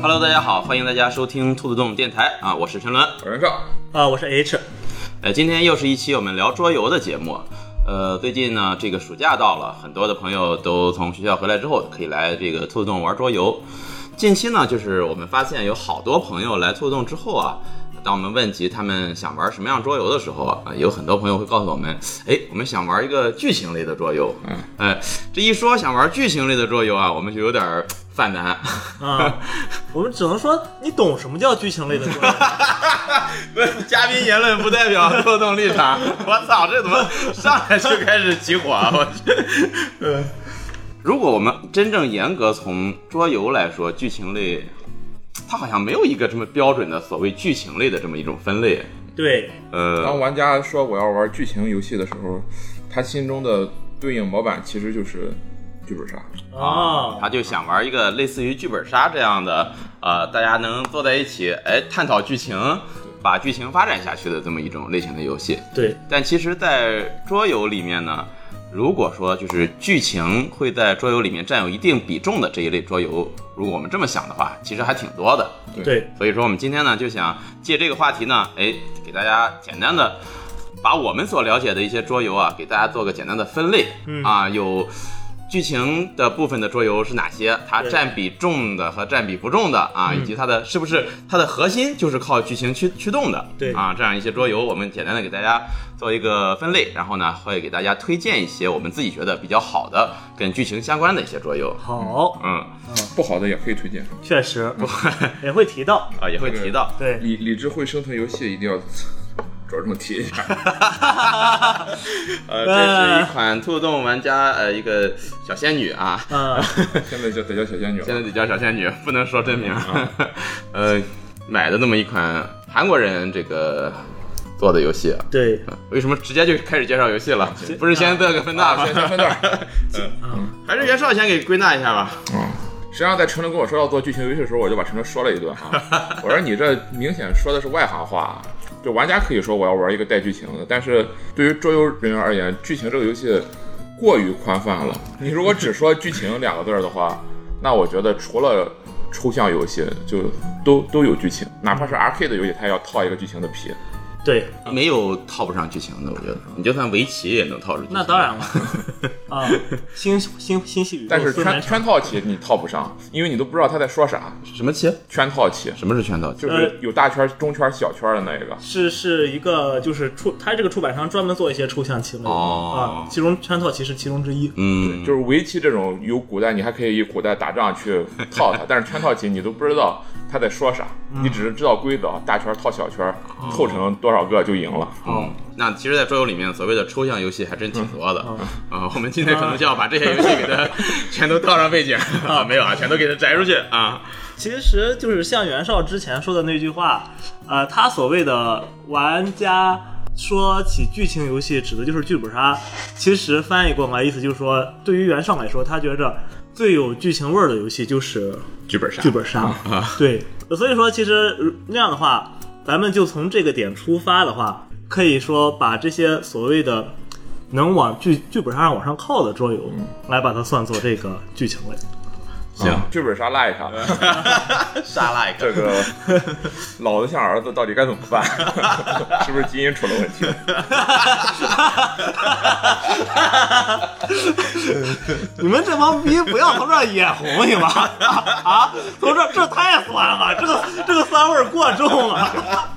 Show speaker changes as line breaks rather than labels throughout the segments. Hello，大家好，欢迎大家收听兔子洞电台啊，我是陈伦。
我是少，
啊，我是 H，
呃，今天又是一期我们聊桌游的节目。呃，最近呢，这个暑假到了，很多的朋友都从学校回来之后，可以来这个兔子洞玩桌游。近期呢，就是我们发现有好多朋友来兔子洞之后啊，当我们问及他们想玩什么样桌游的时候啊，有很多朋友会告诉我们，哎，我们想玩一个剧情类的桌游。嗯，哎，这一说想玩剧情类的桌游啊，我们就有点儿犯难。
啊，我们只能说你懂什么叫剧情类的作业
不是，嘉宾言论不代表漏洞立 场。我操，这怎么上来就开始起火、啊？我去。 如果我们真正严格从桌游来说，剧情类，它好像没有一个这么标准的所谓剧情类的这么一种分类。
对，
呃，
当玩家说我要玩剧情游戏的时候，他心中的对应模板其实就是剧本杀。
啊，
他就想玩一个类似于剧本杀这样的，呃，大家能坐在一起，哎，探讨剧情，把剧情发展下去的这么一种类型的游戏。
对，
但其实，在桌游里面呢，如果说就是剧情会在桌游里面占有一定比重的这一类桌游，如果我们这么想的话，其实还挺多的。
对，
所以说，我们今天呢，就想借这个话题呢，哎，给大家简单的把我们所了解的一些桌游啊，给大家做个简单的分类、
嗯
啊，有。剧情的部分的桌游是哪些？它
对
占比重的和占比不重的啊，
嗯
以及它的是不是它的核心就是靠剧情驱驱动的？
对
啊，这样一些桌游，我们简单的给大家做一个分类，然后呢，会给大家推荐一些我们自己觉得比较好的跟剧情相关的一些桌游。
好，
嗯，
不好的也可以推荐。
确实也会提到，
啊，也会提到。
对，
理理智会生存游戏一定要 着重提一下。
呃，这是一款兔洞玩家呃一个小仙女啊，
嗯，
现在叫得叫小仙女
现在
了。
得叫小仙女，不能说真名。 呃，买的那么一款韩国人这个做的游戏啊，
对，
为什么直接就开始介绍游戏了？不是先做个分大吗？
先分段。
啊 还是袁绍先给归纳一下吧。
嗯，实际上在陈伦跟我说要做剧情游戏的时候，我就把陈伦说了一顿哈。我说你这明显说的是外行话，就玩家可以说我要玩一个带剧情的，但是对于桌游人员而言，剧情这个游戏过于宽泛了。你如果只说剧情两个字儿的话，那我觉得除了抽象游戏，就都都有剧情，哪怕是 R K 的游戏，它也要套一个剧情的皮。
对，
没有套不上剧情的，我觉得你就算围棋也能套出剧情。
那当然了，啊，新新新系宇宙，
但是
孙
圈
满场
圈套棋你套不上，因为你都不知道他在说啥。
什么棋？
圈套棋
什么是圈套棋？
就是有大圈、中圈、小圈的那一个。
是是一个就是出，他这个出版商专门做一些抽象棋类的
哦
啊，其中圈套棋是其中之一，
嗯，
就是围棋这种有古代，你还可以以古代打仗去套它，但是圈套棋你都不知道他在说啥，你只是知道规则，大圈套小圈，凑成多少个就赢了。啊
嗯，那其实，在桌游里面，所谓的抽象游戏还真挺多的啊、我们今天可能就要把这些游戏给它全都套上背景啊，没有啊，全都给它摘出去 啊。
其实就是像袁绍之前说的那句话，呃，他所谓的玩家说起剧情游戏指的就是剧本杀，其实翻译过来意思就是说，对于袁绍来说，他觉着最有剧情味儿的游戏就是
剧本杀，
剧 本杀。对，所以说其实如那样的话，咱们就从这个点出发的话，可以说把这些所谓的能往剧剧本杀上往上靠的桌游，来把它算作这个剧情类。
行，
剧本杀拉一下，
杀拉一个。
这个老子像儿子到底该怎么办？ 是不是基因出了问题？
你们这帮逼不要从这儿眼红行吗？ 啊，从这儿这太酸了，这个这个酸味儿过重了。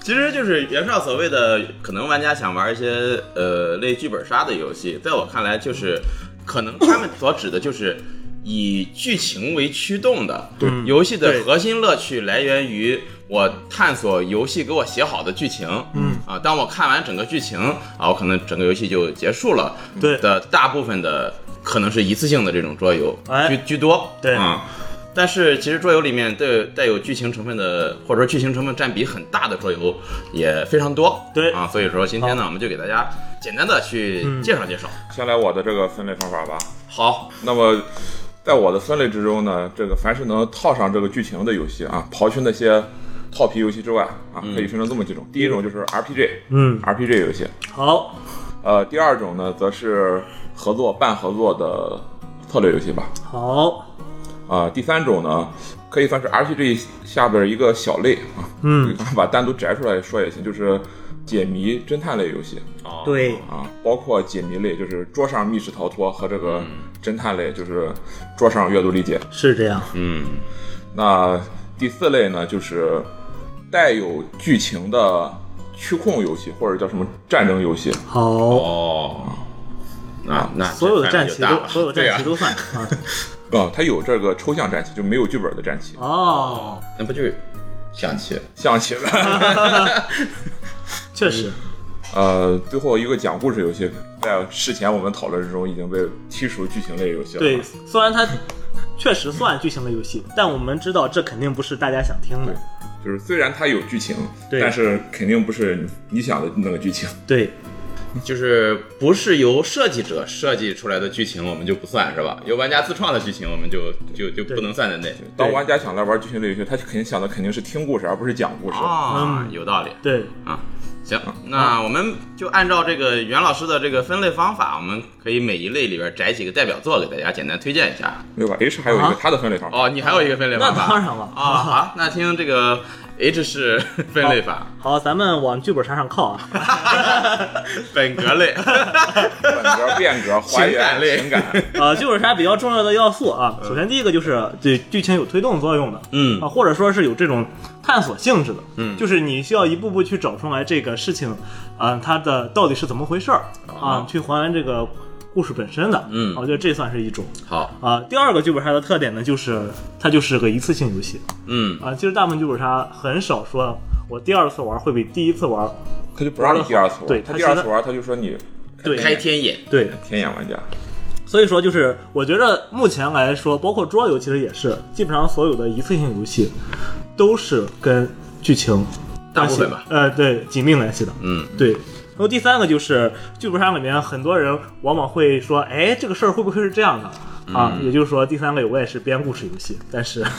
其实就是袁绍所谓的，可能玩家想玩一些呃类剧本杀的游戏，在我看来就是，可能他们所指的就是以剧情为驱动的，对游戏的
对
核心乐趣来源于我探索游戏给我写好的剧情，嗯啊，当我看完整个剧情啊，我可能整个游戏就结束了，
对
的大部分的可能是一次性的这种桌游，
哎
居居多，
对
啊。但是其实桌游里面带有带有剧情成分的，或者说剧情成分占比很大的桌游也非常多。
对
啊，所以说今天呢，我们就给大家简单的去介绍介绍。
先来我的这个分类方法吧。
嗯
好，
那么，在我的分类之中呢，这个凡是能套上这个剧情的游戏啊，刨去那些套皮游戏之外啊，可以分成这么几种。第一种就是 RPG，
嗯
，RPG 游戏。
好，
呃，第二种呢，则是合作半合作的策略游戏吧。
好，
啊、啊、第三种呢，可以算是 RPG 下边一个小类啊，
嗯，
把单独摘出来说也行，就是解谜侦探类游戏
哦
对，
啊，包括解谜类，就是桌上密室逃脱和这个侦探类，就是桌上阅读理解。
是这样。
嗯，
那第四类呢，就是带有剧情的区控游戏，或者叫什么战争游戏。
好，
哦，那那
所有的战
战
旗都所有
对
战
啊
旗都算啊。
啊，它有这个抽象战棋，就没有剧本的战棋，
哦，
那不就是象棋？
象棋了。
确实，
呃，最后一个讲故事游戏，在事前我们讨论之中已经被剔除剧情类游戏了。
对，虽然它确实算剧情类游戏，但我们知道这肯定不是大家想听的
对。就是虽然它有剧情，
对
但是肯定不是你想的那个剧情。
对，
就是不是由设计者设计出来的剧情，我们就不算是吧？由玩家自创的剧情，我们就就就不能算在内
当玩家想来玩剧情类游戏，他肯定想的肯定是听故事，而不是讲故事。
啊，
嗯
有道理。
对，
啊，行，那我们就按照这个袁老师的这个分类方法，我们可以每一类里边摘几个代表作给大家简单推荐一下。
对吧？H 还有一个
啊
他的分类方法，
哦，你还有一个分类方法？
那当然了
啊，好，那听这个 H 是分类法，
好，咱们往剧本杀上靠啊。
本格类。
本格、变 格、还
情感类
原、情感。
呃，剧本杀比较重要的要素啊，首先第一个就是对剧情有推动作用的，
嗯
啊，或者说是有这种探索性质的，嗯，就是你需要一步步去找出来这个事情，啊、它的到底是怎么回事儿啊、
啊
去还原这个故事本身的，啊
嗯
我觉得这算是一种。
好，
啊、第二个剧本杀的特点呢，就是它就是个一次性游戏
嗯，
啊、其实大部分剧本杀很少说，我第二次玩会比第一次玩，
他就不让你第二次玩，
对
他
他
第二
觉
次
得
玩他就说你
对
开天眼，
对，
天眼玩家。
所以说，就是我觉着目前来说，包括桌游其实也是，基本上所有的一次性游戏都是跟剧情
大
关
部
系
分吧。
呃，对，紧密联系的。
嗯，
对。然后第三个就是剧本杀里面很多人往往会说，哎，这个事儿会不会是这样的？啊，
嗯
也就是说，第三类我也是编故事游戏，但是啊、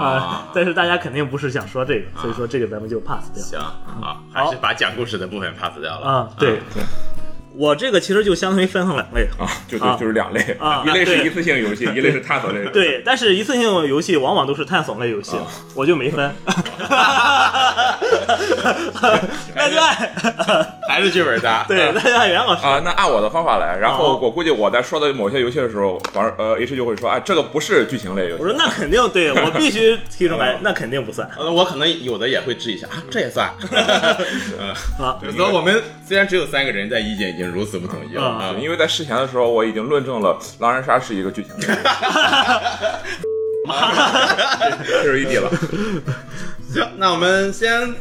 啊，
但是大家肯定不是想说这个，所以说这个咱们就 pass 掉。
行啊，还是把讲故事的部分 pass 掉了。
啊，对，
嗯
对
我这个其实就相当于分成两类
啊，就
啊
是就是两类，
啊
一类是
对
一次性 游戏，一类是探索类。，
对，但是一次性游戏往往都是探索类游戏，
嗯
我就没分。 那就按
还是剧本杀。
对，
啊
那就按袁老师。
啊，那按我的方法来，然后
哦
我估计我在说到某些游戏的时候，玩呃 H 就会说，哎，这个不是剧情类游
我
戏
说那肯定对我必须提出来
哦，
那肯定不算
呃我可能有的也会质疑一下啊，这也 算。嗯
啊。
所以我们虽然只有三个人，但意见已经如此不统一了
啊
啊。
因为在事前的时候，我已经论证了狼人杀是一个剧情类游戏，这是一地 了
行， 那我们先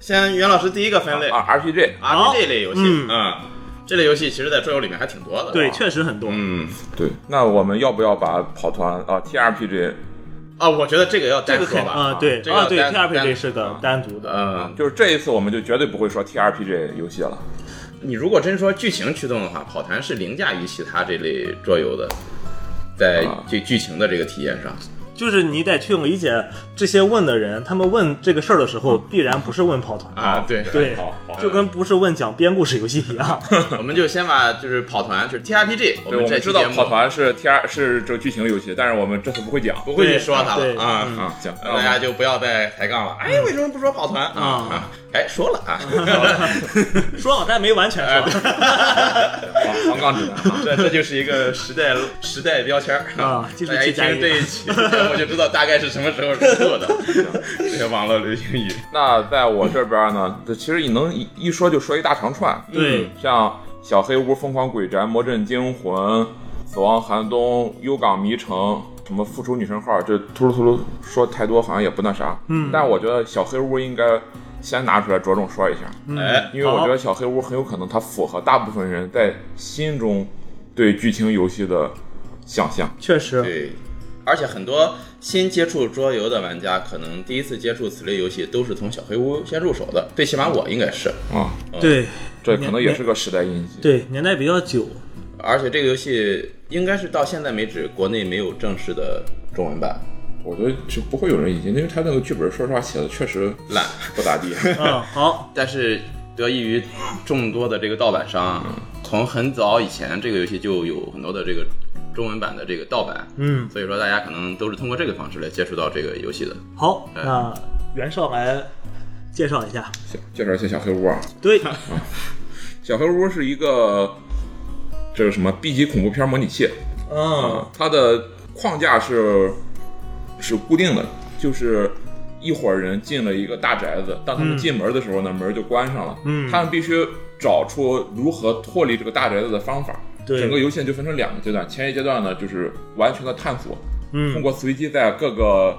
先袁老师第一个分类
啊 RPG。
啊，这类游戏
嗯
啊，这类游戏其实在桌游里面还挺多的。
对，
啊
确实很多。
嗯
对，那我们要不要把跑团啊 TRPG，
啊，我觉得这个要
这
单
个
说
肯
吧。
啊，对
这个
啊，对
单
，T R P
单
G 是个单独的。
嗯，
就是这一次我们就绝对不会说 TRPG 游戏了。
你如果真说剧情驱动的话，跑团是凌驾于其他这类桌游的，在
啊
这剧情的这个体验上。
就是你得去理解这些问的人，他们问这个事儿的时候，必然不是问跑团，
啊，对，
对
好好，
就跟不是问讲编故事游戏一样。
我们就先把就是跑团，就是 TRPG，我
对，
们这
我们
期节
知道
目
跑团是 T R 是这个剧情游戏，但是我们这次不会讲
不会去说它
对嗯
了啊。
啊。行，那我
大
们
家就不要再抬杠了。哎，为什么不说跑团啊？
啊
啊哎，说了啊，
说了，但没完全说。
黄黄冈指南 啊。
这这就是一个时代时代标签儿
啊技术
大家一
器加
听
一
这一期， 我就知道大概是什么时候出做的。这个网络流行语，
那在我这边呢，这其实你能一一说就说一大长串，嗯
对，
像小黑屋、疯狂鬼宅、魔阵惊魂、死亡寒冬、幽港迷城。什么复仇女神号，这秃噜秃噜说太多好像也不那啥，嗯，但我觉得小黑屋应该先拿出来着重说一下，
哎，
因为我
好
觉得小黑屋很有可能它符合大部分人在心中对剧情游戏的想象。
确实，
对，而且很多新接触桌游的玩家，可能第一次接触此类游戏都是从小黑屋先入手的，最起码我应该是。
啊，
对
这可能也是个时代印记。
对，年代比较久，
而且这个游戏应该是到现在为止国内没有正式的中文版。
我觉得就不会有人引进，因为他那个剧本说实话写的确实
烂，
不咋地。
嗯，好，
但是得益于众多的这个盗版商，从很早以前这个游戏就有很多的这个中文版的这个盗版，
嗯，
所以说大家可能都是通过这个方式来接触到这个游戏的。
好，
哎
那袁绍来介绍一下。
行介绍一下小黑屋啊，
对，
小黑屋是一个这个什么 B 级恐怖片模拟器，啊
嗯
它的框架是是固定的，就是一伙人进了一个大宅子，当他们进门的时候呢，门就关上了，
嗯
他们必须找出如何脱离这个大宅子的方法。
对
整个游戏就分成两个阶段，前一阶段呢就是完全的探索，通
嗯
过随机在各个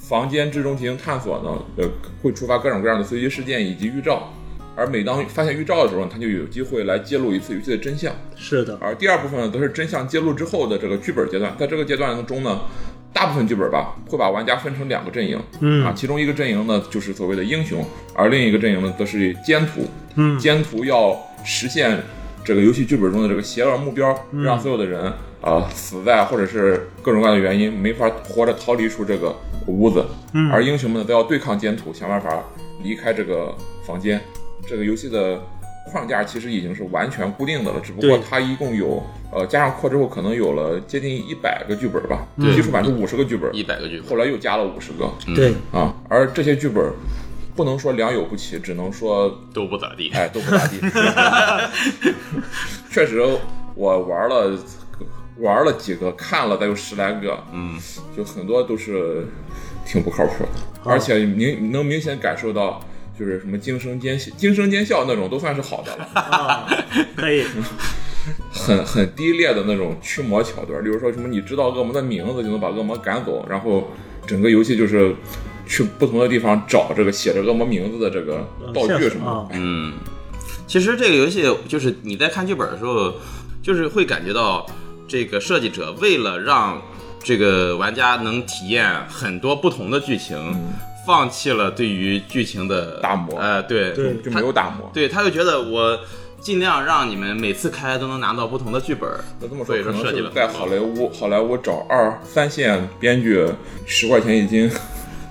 房间之中进行探索呢，呃，会触发各种各样的随机事件以及预兆。而每当发现预兆的时候，它就有机会来揭露一次游戏的真相。
是的，
而第二部分呢，则是真相揭露之后的这个剧本阶段。在这个阶段中呢，大部分剧本吧会把玩家分成两个阵营、啊，
嗯
其中一个阵营呢就是所谓的英雄，而另一个阵营呢则是奸徒。
嗯
奸徒要实现这个游戏剧本中的这个邪恶目标，让所有的人啊、呃死在或者是各种各样的原因没法活着逃离出这个屋子，
嗯
而英雄们呢都要对抗奸徒，想办法离开这个房间。这个游戏的框架其实已经是完全固定的了，只不过
对
它一共有呃加上扩之后可能有了接近一百个剧本吧，
嗯
对
基础版是五十个剧本，
一百个剧
后
本，
来又加了五十个
对，
啊，而这些剧本不能说良莠不齐，只能说
都不咋地。
哎，都不咋地。 确实，我玩了玩了几个，看了得有十来个，
嗯，
就很多都是挺不靠谱的，而且明能明显感受到。就是什么惊声尖笑、惊声尖笑那种，都算是好的了，
啊，可以，
很很低劣的那种驱魔桥段，例如说什么你知道恶魔的名字就能把恶魔赶走，然后整个游戏就是去不同的地方找这个写着恶魔名字的这个道具什
啊
么的，哎
嗯，其实这个游戏就是你在看剧本的时候，就是会感觉到这个设计者为了让这个玩家能体验很多不同的剧情，放弃了对于剧情的
打磨
呃，对
对
就没有打磨。
对，他就觉得我尽量让你们每次开都能拿到不同的剧本。
那这么说，
所以
可
说
能
设计
是
了
在好莱坞，好莱坞找二三线编剧，十块钱一斤，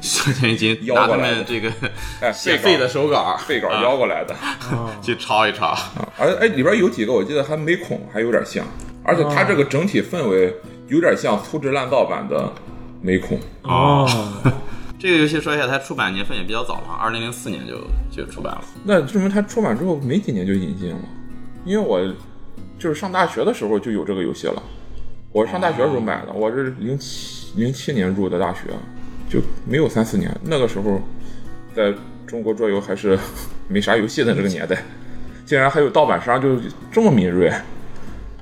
设计已经
邀
拿
过
他
来
们 这个
哎，
免
废
费
稿
的手稿
废稿
啊
邀过来的。
啊，
去抄一抄。
而哎，里边有几个我记得还没孔，还有点像，而且它这个整体氛围有点像粗制滥造版的没孔。
哦，
这个游戏说一下，它出版年份也比较早了，二零零四年就就出版了。
那证明它出版之后没几年就引进了，因为我就是上大学的时候就有这个游戏了。我上大学的时候买的，我是零七零七年入的大学，就没有三四年。那个时候，在中国桌游还是 没啥游戏的这个年代，竟然还有盗版商就这么敏锐。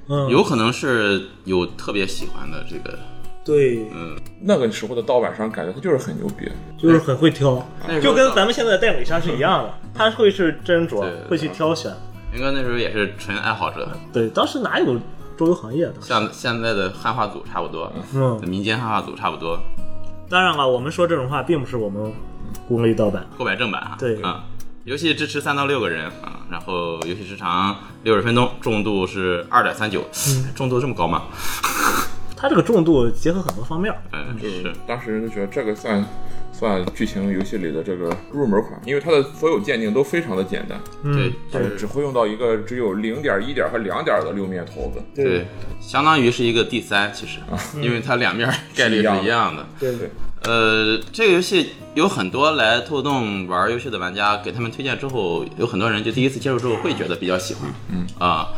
嗯，
有可能是有特别喜欢的这个，
对，
那个时候的盗版商感觉他就是很牛逼，
就是很会挑，
那时
就
候
跟咱们现在的代理商是一样的，他会是
对
斟酌，会去挑选。
明哥那时候也是纯爱好者，
对，当时哪有桌游行业的？
像现在的汉化组差不多，
嗯，
民间汉化组差不多，
当然了，我们说这种话并不是我们孤立盗版。
购买正版啊。
对
啊，游戏支持三到六个人啊，然后游戏时长六十分钟，重度是二点三九，重度这么高吗？
它这个重度结合很多方面儿，
嗯，
就是
是，
当时就觉得这个算算剧情游戏里的这个入门款，因为它的所有鉴定都非常的简单，
对
嗯，，
它
就是
只会用到一个只有零点、一点和两点的六面骰子。
对，相当于是一个第三，其实，
嗯
因为它两面儿概率是一样的。
对
对
呃，这个游戏有很多来兔洞玩游戏的玩家，给他们推荐之后，有很多人就第一次接触之后会觉得比较喜欢。嗯啊，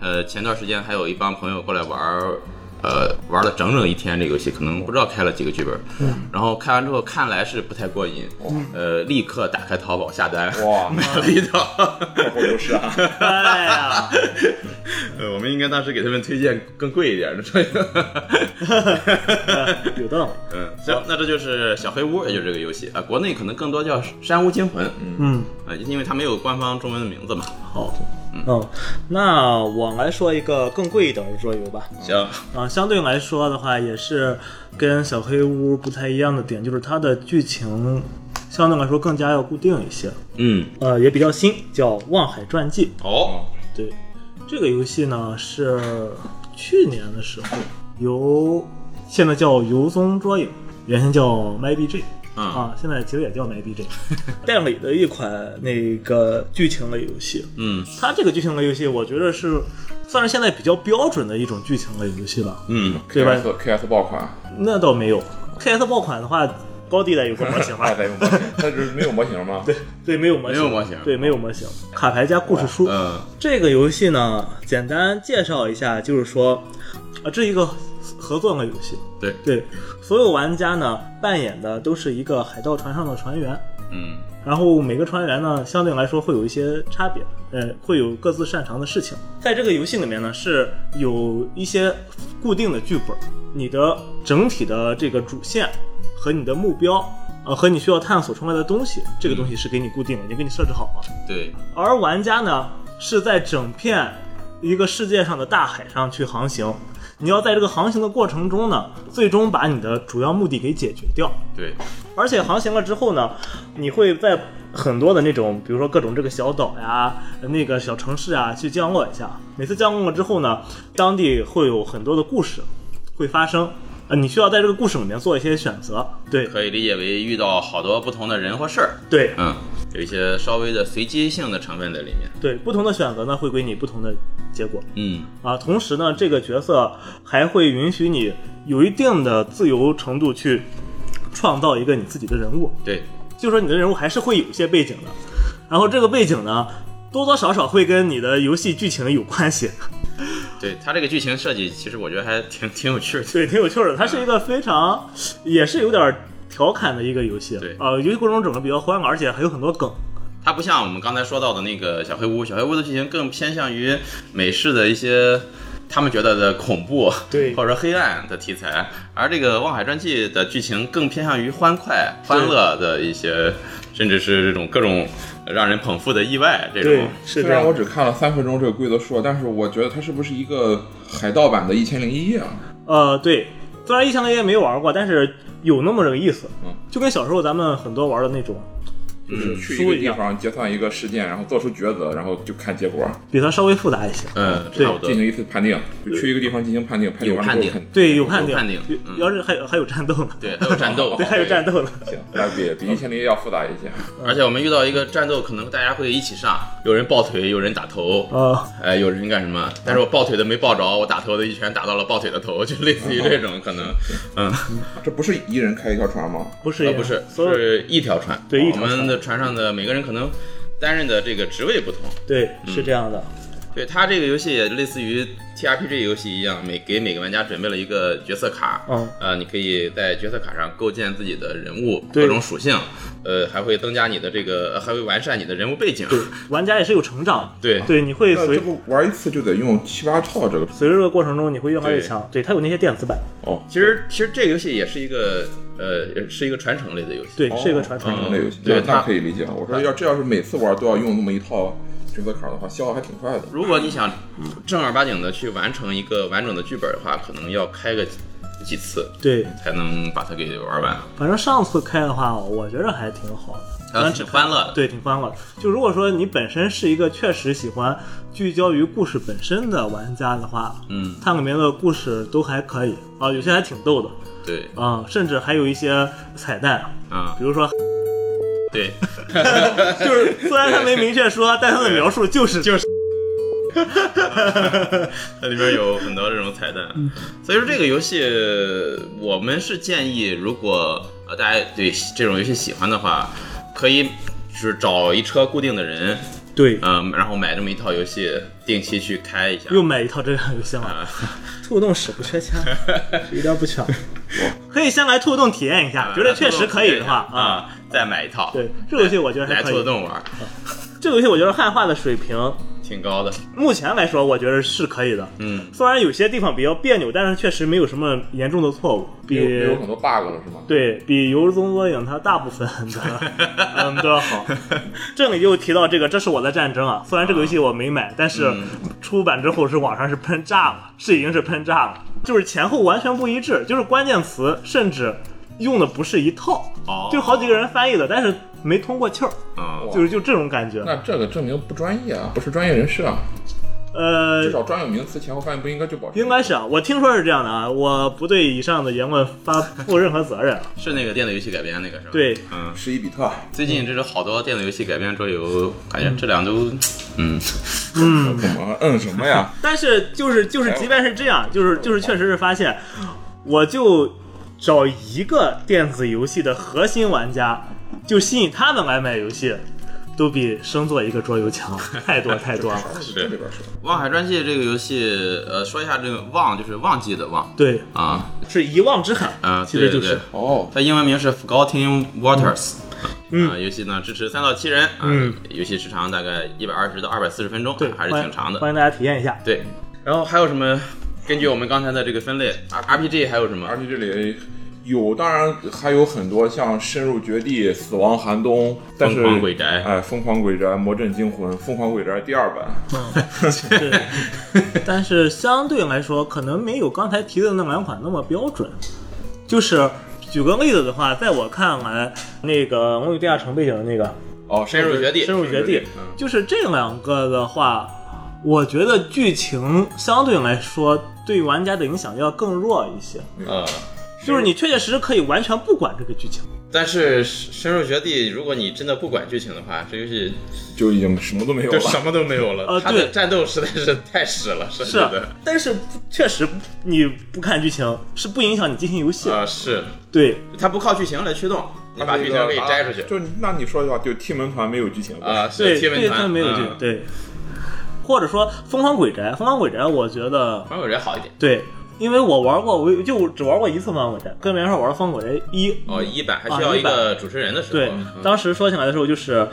呃，前段时间还有一帮朋友过来玩儿。呃，玩了整整一天这个游戏，可能不知道开了几个剧本，然后开完之后看来是不太过瘾，呃，立刻打开淘宝下单，
哇
买了一套。
到后都是啊，
哎呀，
呃，我们应该当时给他们推荐更贵一点的这个。
有道理。
嗯，行，那这就是小黑屋，也就是这个游戏啊。国内可能更多叫《山屋惊魂》，嗯
嗯，
啊，因为它没有官方中文的名字嘛。
好，嗯，那我来说一个更贵一点的桌游吧。
行，
啊，相对来说的话，也是跟小黑屋不太一样的点，就是它的剧情相对来说更加要固定一些，
嗯，
呃，也比较新，叫《望海传记
哦，》。
对，这个游戏呢是去年的时候由现在叫游宗桌影，原先叫 MyBG。
嗯
啊，现在其实也叫 MyBG 代理的一款那个剧情类游戏，
嗯
它这个剧情类游戏，我觉得是算是现在比较标准的一种剧情类游戏了，
嗯，
对吧
KS KS 爆款，
那倒没有。K S 爆款的话，高地带有 个模型
那
吧？
得用模型，它是没有模型吗？对，
对，没有模型，
没有模型
对，没有模型。卡牌加故事书，
呃，
这个游戏呢，简单介绍一下，就是说，啊，这一个合作类游戏，
对，
对，所有玩家呢扮演的都是一个海盗船上的船员，
嗯
然后每个船员呢相对来说会有一些差别，呃，会有各自擅长的事情。在这个游戏里面呢是有一些固定的剧本，你的整体的这个主线和你的目标，呃，和你需要探索出来的东西，这个东西是给你固定的，已经给你设置好了。
对，
而玩家呢是在整片一个世界上的大海上去航行。你要在这个航行的过程中呢，最终把你的主要目的给解决掉。
对，
而且航行了之后呢，你会在很多的那种，比如说各种这个小岛呀、那个小城市啊，去降落一下。每次降落了之后呢，当地会有很多的故事会发生，呃，你需要在这个故事里面做一些选择。对
可以理解为遇到好多不同的人或事儿，
对
嗯，有一些稍微的随机性的成分在里面，
对，不同的选择呢会给你不同的结果。
嗯
啊，同时呢，这个角色还会允许你有一定的自由程度去创造一个你自己的人物，
对，
就说你的人物还是会有一些背景的，然后这个背景呢，多多少少会跟你的游戏剧情有关系，
对他这个剧情设计，其实我觉得还挺 挺有趣的。
对，挺有趣儿的。它是一个非常，也是有点儿调侃的一个游戏，
对
啊，游戏过程中整个比较欢乐，而且还有很多梗，
它不像我们刚才说到的那个小黑屋，小黑屋的剧情更偏向于美式的一些他们觉得的恐怖，
对
或者说黑暗的题材，而这个《望海传记》的剧情更偏向于欢快、欢乐的一些，甚至是这种各种让人捧腹的意外这
对
种。，
是
虽
这样
然我。只看了三分钟这个规则书，但是我觉得它是不是一个海盗版的《一千零一夜》啊？
呃，对，虽然异乡 A 没有玩过，但是有那么这个意思，
嗯
就跟小时候咱们很多玩的那种。
就是去一
书
个
一
地
样
方结算一个事件，然后做出抉择，然后就看结果，
比它稍微复杂一些。
嗯，差不多
进。行一次判定，就去一个地方进行判定，判定完了之后看。
对，有判定，
有判定
有
嗯
要是还有还有战斗呢，
对，还有战 斗，
还有战斗呢。
行，那比比《一千零一夜》要复杂一些。
而且我们遇到一个战斗，可能大家会一起上，有人抱腿，有人打头，
呃，
哎，有人干什么？但是我抱腿的没抱着，我打头的一拳打到了抱腿的头，就类似于这种可能，嗯，
这不是一人开一条船吗？
不是
呃，
也
不是，
所有
是一条船，
对一条
我
船
们的船上的每个人可能担任的这个职位不同，
对
嗯
是这样的，
对它这个游戏也类似于 T R P G 游戏一样，每给每个玩家准备了一个角色卡，
嗯
呃，你可以在角色卡上构建自己的人物
对
各种属性，呃，还会增加你的这个，呃还会完善你的人物背景，
玩家也是有成长，
对
对，你会
那
随
呃这个玩一次就得用七八套这个
随着这个过程中你会越来越
对
强，对，它有那些电子版，
哦，
其实其实这个游戏也是一个呃是一个传承类的游戏，
对，
哦
是一个传
嗯
承
传承类游戏，
对
那那
它
可以理解。我说要这要是每次玩都要用那么一套角色卡的话，消耗还挺快的。
如果你想正儿八经的去完成一个完整的剧本的话，可能要开个几几次
对，
才能把它给玩完。
反正上次开的话，我觉着还挺好的。
啊，挺欢乐的，
对，挺欢乐的。就如果说你本身是一个确实喜欢聚焦于故事本身的玩家的话，
嗯，
它里面的故事都还可以啊，有些还挺逗的
对，
啊、甚至还有一些彩蛋，
啊，
比如说
对，
就是虽然他没明确说，但他的描 述就是就是
它里面有很多这种彩蛋，
嗯
所以说这个游戏我们是建议，如果呃大家对这种游戏喜欢的话，可以就是找一车固定的人，
对，
嗯、然后买这么一套游戏，定期去开一下。
又买一套这样游戏了。
啊，
兔洞屎不 缺钱，一点不缺。可以先来兔洞体验一
啊
下，觉得确实可以的话啊。
啊，再买一套。
对，这个游戏我觉得还
来
可
做
以。
动玩，
这个游戏我觉得汉化的水平，
挺高的。
目前来说我觉得是可以的。
嗯，
虽然有些地方比较别扭，但是确实没有什么严重的错误，
没有没
比
有很多 bug 了是吗？
对比《游踪缩影》它大部分 的嗯都要好。这里又提到这个，这是我的战争啊！虽然这个游戏我没买，但是
嗯
出版之后是网上是喷炸了，是已经是喷炸了，就是前后完全不一致，就是关键词甚至用的不是一套，
哦
就好几个人翻译的，但是没通过气儿，
嗯，
哇
就是就这种感觉。
那这个证明不专业啊，不是专业人士啊。
呃
至，少专有名词前后翻译不应该就保持。
应该是啊，我听说是这样的啊，我不对以上的言论发负任何责任啊。
是那个电子游戏改编那个是吧？
对，
嗯，
是一比特，
啊
最近这是好多电子游戏改编桌游，感觉质量都，嗯，
嗯，
怎么嗯什么 呀？
但是就是就是，即便是这样，就是就是确实是发现，我就找一个电子游戏的核心玩家，就吸引他们来买游戏，都比生做一个桌 游强太多太多了。
这里边
《
说，
望海专系》这个游戏，呃，说一下这个“忘”就是忘记的“忘
对，”
啊，
是遗忘之海
啊
其实就
对
是
对
哦，
它英文名是 Forgotten Waters。
嗯
啊，游戏呢支持三到七人，啊
嗯，
游戏时长大概一百二十到二百四十分钟，啊
对，
还是
欢
挺长的。
欢迎大家体验一下。
对，然后还有什么？根据我们刚才的这个分类，R P G 还有什么
而？且这里有，当然还有很多像《深入绝地》《死亡寒冬》，但是
疯狂鬼宅
哎，《疯狂鬼宅》《魔阵惊魂》《疯狂鬼宅》第二版，
对，但是相对来说，可能没有刚才提的那两款那么标准。就是举个例子的话，在我看来，那个《龙与地下城》背景的那个
哦，《
深入绝地，
深入绝地，
嗯
就是这两个的话，我觉得剧情相对来说对玩家的影响要更弱一些。
呃，
就是你确确实实可以完全不管这个剧情，
但是深入绝地，如果你真的不管剧情的话，这游戏
就已经什么都没有
就
了。
什么都没有了。
呃
它的
对
战斗实在是太屎了，是
是啊
的。，
但是确实你不看剧情是不影响你进行游戏。
啊、是，
对，
它不靠剧情来驱动，你把
那
剧
个
情给摘出去
啊就那你说的话，就踢门团没有剧情
啊、
对
是贴
对，
文
它
团
没有剧，
嗯
对。或者说《疯狂鬼宅》，《疯狂鬼宅》，我觉得
反鬼人好一点。
对，因为我玩过，我就只玩过一次《疯狂鬼宅》，跟别人说玩《疯狂鬼宅一》，
哦，一版还
啊
需要
一
一个主持人的时候，
对
嗯，
当时说起来的时候就是，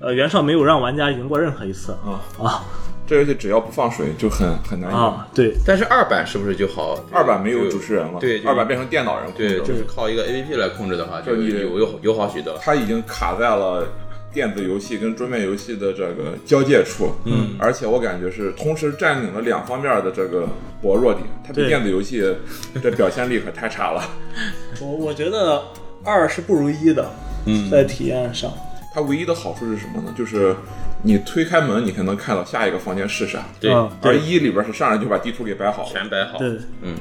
呃，袁绍没有让玩家赢过任何一次
啊。
啊
这游戏只要不放水就很很难赢。
啊，对
但是二版是不是就好？
二版没有
就
主持人了，
对，就
二版变成电脑人控制
对，
了
就是靠一个 A P P 来控制的话，就
就你
有有有好许多了。
它已经卡在了电子游戏跟桌面游戏的这个交界处，嗯，而且我感觉是同时占领了两方面的这个薄弱点，它
对
比电子游戏这表现力可太差了，
我我觉得二是不如一的，嗯，在体验上，
它唯一的好处是什么呢？就是你推开门，你可能看到下一个房间是啥，
对，
啊
而
对
一里边是上来就把地图给摆好了，
全摆好。
对，
嗯，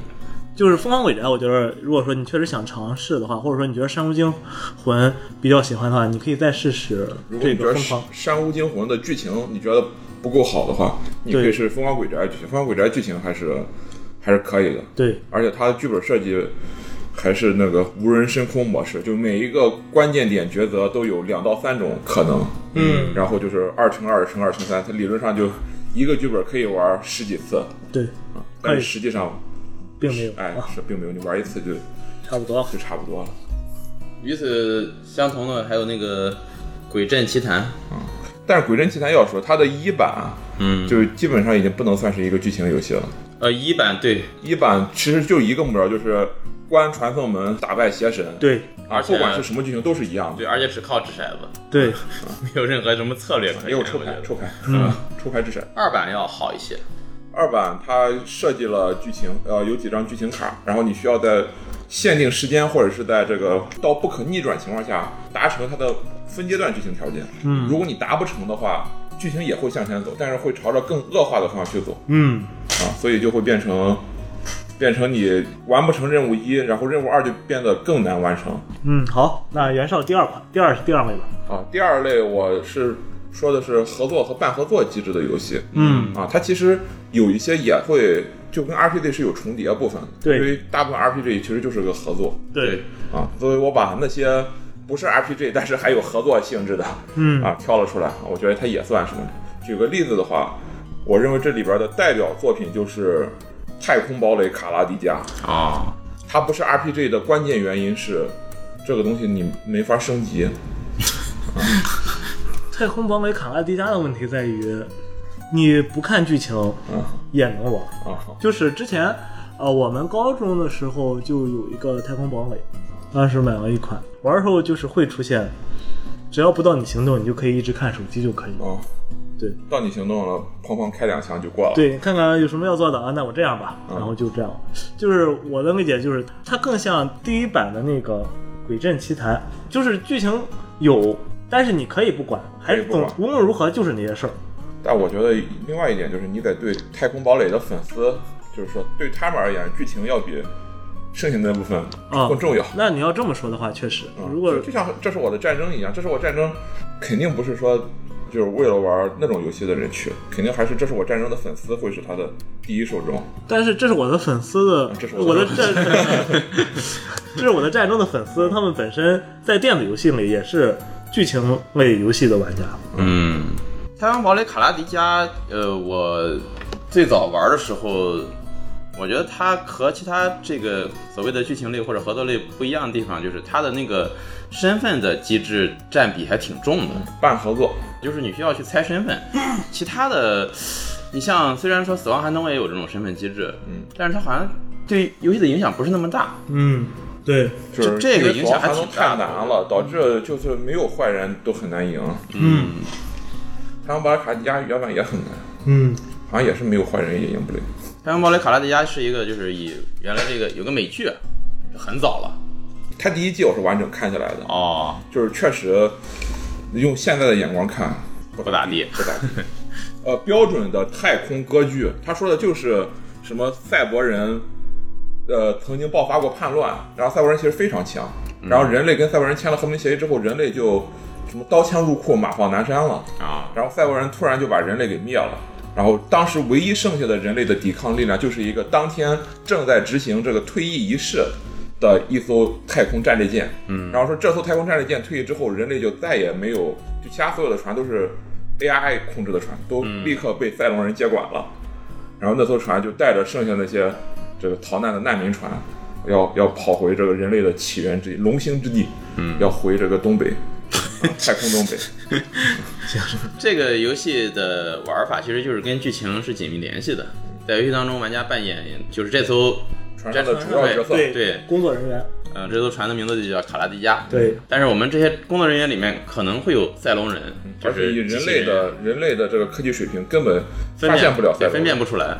就是《疯狂鬼宅》，我觉得如果说你确实想尝试的话，或者说你觉得《山无惊魂》比较喜欢的话，你可以再试试
如果
这
你觉
个
得
疯
《
狂
山山屋惊魂》的剧情你觉得不够好的话，你可
对
以是《疯狂鬼宅》剧情，《疯狂鬼宅》剧情还是还是可以的，
对
而且它的剧本设计还是那个无人深空模式，就每一个关键点抉择都有两到三种可能，嗯，然后就是二乘二乘二乘三，它理论上就一个剧本可以玩十几次，
对，
但
可
是
以
实际上，
并没有，
哎
啊，
是并没有，你玩一次就
差不多。
就差不多了。
与此相同的还有那个《鬼阵奇谭》，
但是《鬼阵奇谭》要说，它的一版啊
嗯，
就基本上已经不能算是一个剧情游戏了。
呃，一版对，
一版其实就一个目标，就是关传送门，打败邪神。
对
啊，
而且
不管是什么剧情都是一样
对，
的，
而且只靠掷骰子，
对，
没有任何什么策略可
没
言。
有
我
抽
觉
牌，
得
抽牌，嗯， 抽牌之神。
二版要好一些，
二版它设计了剧情，呃，有几张剧情卡，然后你需要在限定时间或者是在这个到不可逆转情况下达成它的分阶段剧情条件。嗯，如果你达不成的话，剧情也会向前走，但是会朝着更恶化的方向去走
嗯，
啊，所以就会变成。变成你完不成任务一，然后任务二就变得更难完成。
嗯，好，那袁绍第二款，第二是第二类吧？
啊，第二类我是说的是合作和半合作机制的游戏。
嗯，
啊，它其实有一些也会就跟 RPG 是有重叠部分的，
对
因为大部分 RPG 其实就是个合作
嗯对，
啊，所以我把那些不是 RPG 但是还有合作性质的
嗯
啊挑了出来，我觉得它也算是。举个例子的话，我认为这里边的代表作品就是《太空堡垒卡拉迪加》，
啊，
它不是 RPG 的关键原因是这个东西你没法升级。
太空堡垒卡拉迪加的问题在于，你不看剧情
啊
也能玩。
啊，
就是之前，呃，我们高中的时候就有一个太空堡垒，当时买了一款，玩的时候就是会出现，只要不到你行动，你就可以一直看手机就可以。
啊，
对
到你行动了，砰砰开两枪就过了。
对，看看有什么要做的啊，那我这样吧，
嗯
然后就这样。就是我的理解就是，它更像第一版的那个《鬼阵奇谭》，就是剧情有，但是你可以不管，还
以
是
不
总
管
无论如何就是那些事儿。
但我觉得另外一点就是，你得对《太空堡垒》的粉丝，就是说对他们而言，剧情要比剩下那部分
嗯
更重要。
那你要这么说的话，确实，
嗯
如果
就就像这是我的战争一样，这是我战争，肯定不是说就是为了玩那种游戏的人去，肯定还是这是我战争的粉丝会是他的第一受众。
但是这是我的粉丝的，
嗯这是
我
我
的
的
战， 这是我的战争的粉丝，他们本身在电子游戏里也是剧情类游戏的玩家。
嗯，太阳堡垒卡拉迪加，呃，我最早玩的时候，我觉得它和其他这个所谓的剧情类或者合作类不一样的地方，就是它的那个身份的机制占比还挺重的。
半合作，
就是你需要去猜身 份，其他的，你像虽然说《死亡寒冬》也有这种身份机制，
嗯，
但是它好像对游戏的影响不是那么大。
嗯，对，
就是
这个
因为
影响还
防寒
挺
冬
大
太难了，导致就是没有坏人都很难赢。
嗯
太阳堡垒卡迪加原版也很难，
嗯
好像也是没有坏人也赢不了。
太阳堡垒卡拉迪加是一个，就是以原来这个有个美剧，啊很早了
他第一季我是完整看下来的，
哦，
就是确实用现在的眼光看
不咋地
不咋地。 呃，标准的太空歌剧，他说的就是什么赛博人，呃，曾经爆发过叛乱，然后赛博人其实非常强，然后人类跟赛博人签了和平协议之后，人类就什么刀枪入库，马放南山了，
啊，
然后赛博人突然就把人类给灭了。然后当时唯一剩下的人类的抵抗力量，就是一个当天正在执行这个退役仪式的一艘太空战列舰。嗯，然后说这艘太空战列舰退役之后，人类就再也没有，就其他所有的船都是 AI 控制的船，都立刻被赛隆人接管了。然后那艘船就带着剩下那些这个逃难的难民船，要要跑回这个人类的起源之地龙兴之地，嗯，要回这个东北， 太空东北。
这个游戏的玩法其实就是跟剧情是紧密联系的，在游戏当中，玩家扮演就是这艘
船上的主要角色，
对
对，
工作人员，
呃，这艘船的名字就叫卡拉迪加，
对，
但是我们这些工作人员里面可能会有赛龙人，就
而且
是
以
机
人
器
类
人
的人类的这个科技水平根本
分
发
辨
现不了赛
对，
博
分辨不出来。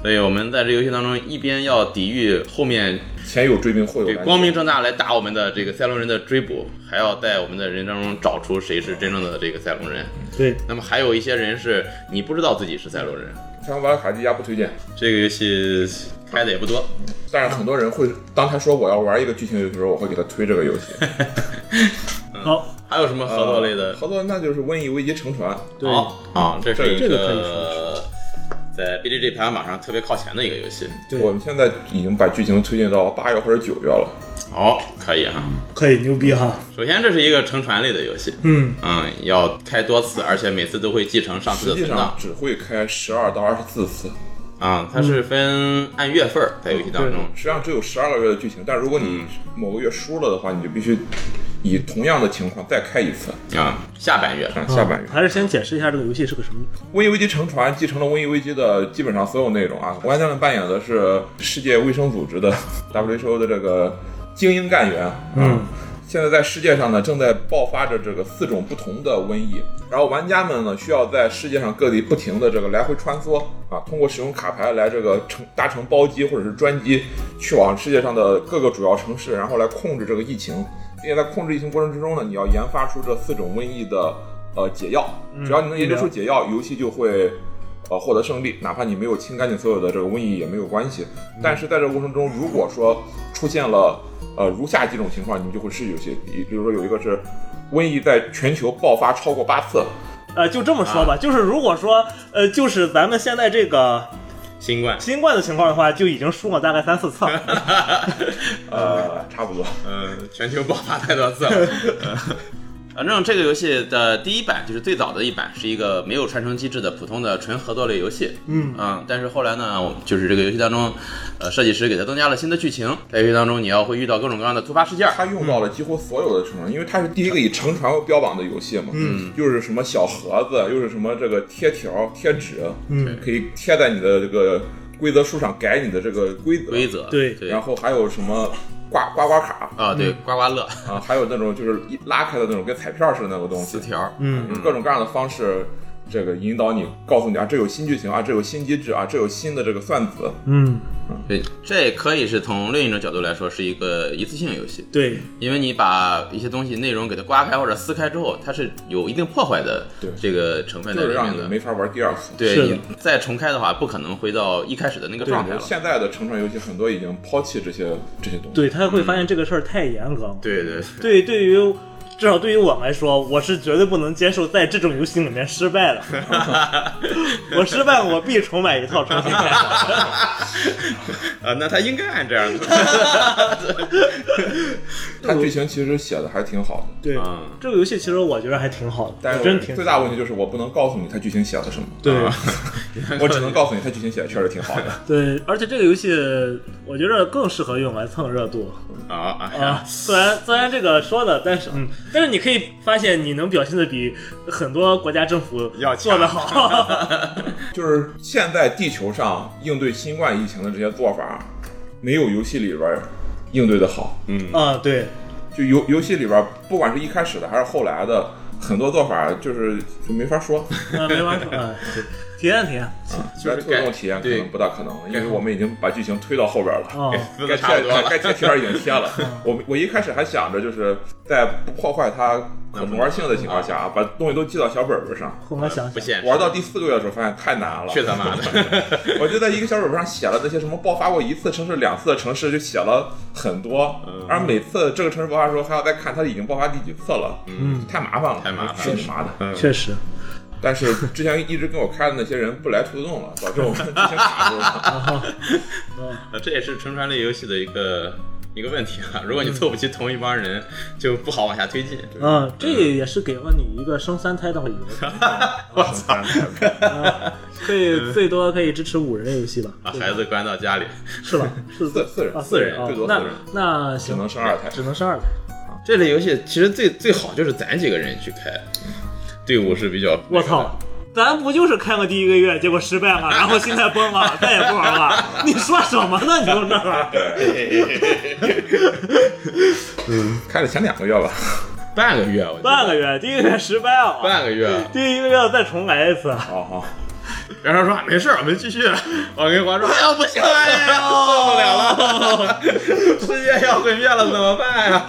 所以我们在这游戏当中，一边要抵御后面
前有追兵后有
对
拦截
光明正大来打我们的这个赛龙人的追捕，还要在我们的人当中找出谁是真正的这个赛龙人。
对，
那么还有一些人是你不知道自己是赛龙人。
太阳瓦卡迪亚不推荐，
这个游戏开的也不多，
但是很多人会当他说我要玩一个剧情游戏的时候，我会给他推这个游戏。
好，
还有什么 合作类的
呃？合作那就是《瘟疫危机乘船》，
对，
好啊，这是一
这个可以
个在 BGG 排行榜上特别靠前的一个游戏。
对
我们现在已经把剧情推进到八月或者九月了。
好，可以哈。
可以，牛逼哈，
首先，这是一个乘船类的游戏，
嗯，
嗯，要开多次，而且每次都会继承上次
实
的
际
存
上
档。
只会开十二到二十四次，
啊，它是分按月份儿在游戏当中。
实际上只有十二个月的剧情。但如果
嗯
你某个月输了的话，你就必须以同样的情况再开一次，
啊，下半月。
嗯，下半月。
还是先解释一下这个游戏是个什么。
《瘟疫危机乘船》继承了《瘟疫危机》的基本上所有内容啊。玩家们扮演的是世界卫生组织的 WHO 的这个精英干员，啊
嗯，
现在在世界上呢正在爆发着这个四种不同的瘟疫，然后玩家们呢需要在世界上各地不停的这个来回穿梭啊，通过使用卡牌来这个乘搭乘包机或者是专机去往世界上的各个主要城市，然后来控制这个疫情，并且在控制疫情过程之中呢，你要研发出这四种瘟疫的呃解药，只要你能研究出解药，游戏就会。呃，获得胜利，哪怕你没有清干净所有的这个瘟疫也没有关系。
嗯
但是在这个过程中，如果说出现了呃如下几种情况，你就会失去游戏。比比如说有一个是瘟疫在全球爆发超过八次，
呃，就这么说吧，就是如果说，呃，就是咱们现在这个
新冠。
新冠的情况的话，就已经输了大概三四次了。
呃，差不多。
嗯，全球爆发太多次了。 反正这个游戏的第一版就是最早的一版，是一个没有传承机制的普通的纯合作类游戏。
嗯
嗯，但是后来呢，我们就是这个游戏当中，呃，设计师给它增加了新的剧情，在游戏当中你要会遇到各种各样的突发事件儿。
它用到了几乎所有的乘船，因为它是第一个以乘船为标榜的游戏嘛，嗯，又是什么小盒子，又是什么这个贴条、贴纸，
嗯，
可以贴在你的这个规则书上改你的这个规则，
规则
对
对
然后还有什么挂刮刮卡，
啊，对刮刮乐、
啊，还有那种就是一拉开的那种跟彩票似的那个东
词
西，
条，
嗯
各种各样的方式这个引导你，告诉你啊，这有新剧情啊，这有新机制啊，这有新的这个算子，
嗯，
对，这可以是从另一种角度来说是一个一次性游戏，
对，
因为你把一些东西内容给它刮开或者撕开之后，它是有一定破坏的
对
这个成分在
就
里
是让你
面的。
没法玩第二次。
对
是的
你再重开的话，不可能回到一开始的那个状态了。
现在的成长游戏很多已经抛弃这些这些东西。
对他会发现这个事儿太严格了。
对对
对，对于至少对于我来说，我是绝对不能接受在这种游戏里面失败的。 我失败，我必重买一套重新开。
啊，那他应该按这样 的。
它剧情其实写的还挺好的，
对，
嗯
这个游戏其实我觉得还挺好的，
但
我真
是
挺
最大问题就是我不能告诉你它剧情写了什么，
对、
嗯
我只能告诉你它剧情写的确实挺好的。
对，而且这个游戏我觉得更适合用来蹭热 度
啊，哎
啊
呀。，
虽然虽然这个说的，但是嗯，但是你可以发现你能表现的比很多国家政府
要强
做的 好，
就是现在地球上应对新冠疫情的这些做法，没有游戏里边儿应对的好。
啊，对，
就游游戏里边儿，不管是一开始的还是后来的，很多做法就是就没法说。
啊，没法说， 啊，对体验体验
就是
来推动
改
体验可
对
能不大可能，因为我们已经把剧情推到后边了。
啊，
撕
该
的差不多
贴
了，嗯
该贴贴儿已经贴 了。我我一开始还想着，就是在不破坏它可重玩性的情况下啊，把东西都记到小本本上。
后面想
不
想，
现实，
玩到第四个月的时候，发现太难了。
去他妈的！
我就在一个小本本上写了那些什么爆发过一次城市、两次的城市，就写了很多。
嗯
而每次这个城市爆发的时候，还要再看它已经爆发第几次了，
嗯，
太麻烦了，
太麻烦了
真是麻烦。
确实
但是之前一直跟我开的那些人不来兔动了，导致我们之前卡住了。
呃这也是沉船类游戏的一个一个问题啊。如果你凑不齐同一帮人，就不好往下推进。
啊，这也是给了你一个生三胎的 理由，
我操！
所
嗯
以最多可以支持五人游戏吧，
把孩子关到家里，
是吧？是
四四人
啊，四人啊
最多，
那
四人
那
只
行，
能生二胎，
只能生二胎。
这类游戏其实最最好就是咱几个人去开，队伍是比较。
我操！咱不就是开了第一个月，结果失败了，然后心态崩了，再也不玩了？你说什么呢？你都这 儿，
开了前两个月 吧。
半个月，我觉得
半个月，第一个月失败了，
半个月。
第一个月再重来一次，
好好。
然后说没事儿，我们继续。我跟我说， 哎呀不行了，哎呀受不了 了，世界要毁灭了，怎么办 呀？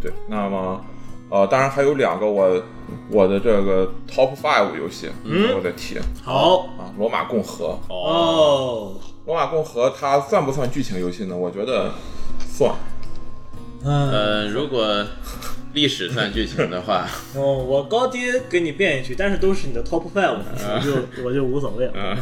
对，那么呃，当然还有两个我我的这个 top five 游戏，嗯，我得提
哦
好
啊，《罗马共和》。
哦，
《罗马共和》它算不算剧情游戏呢？我觉得算。
嗯，
呃，如果历史算剧情的话，
哦，我高低给你变一句，但是都是你的 top five，我
啊
就我就无所谓了。
嗯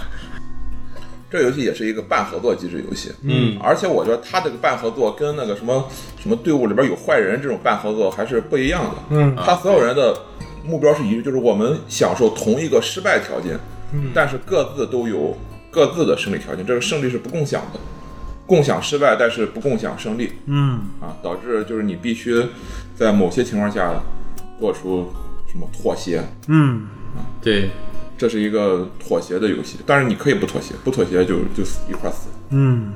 这游戏也是一个半合作机制游戏，
嗯，
而且我觉得它这个半合作跟那个什么什么队伍里边有坏人这种半合作还是不一样的。
嗯
它所有人的目标是一致，就是我们享受同一个失败条件，但是各自都有各自的胜利条件，这个胜利是不共享的，共享失败，但是不共享胜利
嗯
啊，导致就是你必须在某些情况下做出什么妥协，
嗯，
对，
这是一个妥协的游戏，但是你可以不妥协，不妥协就就死一块死。
嗯，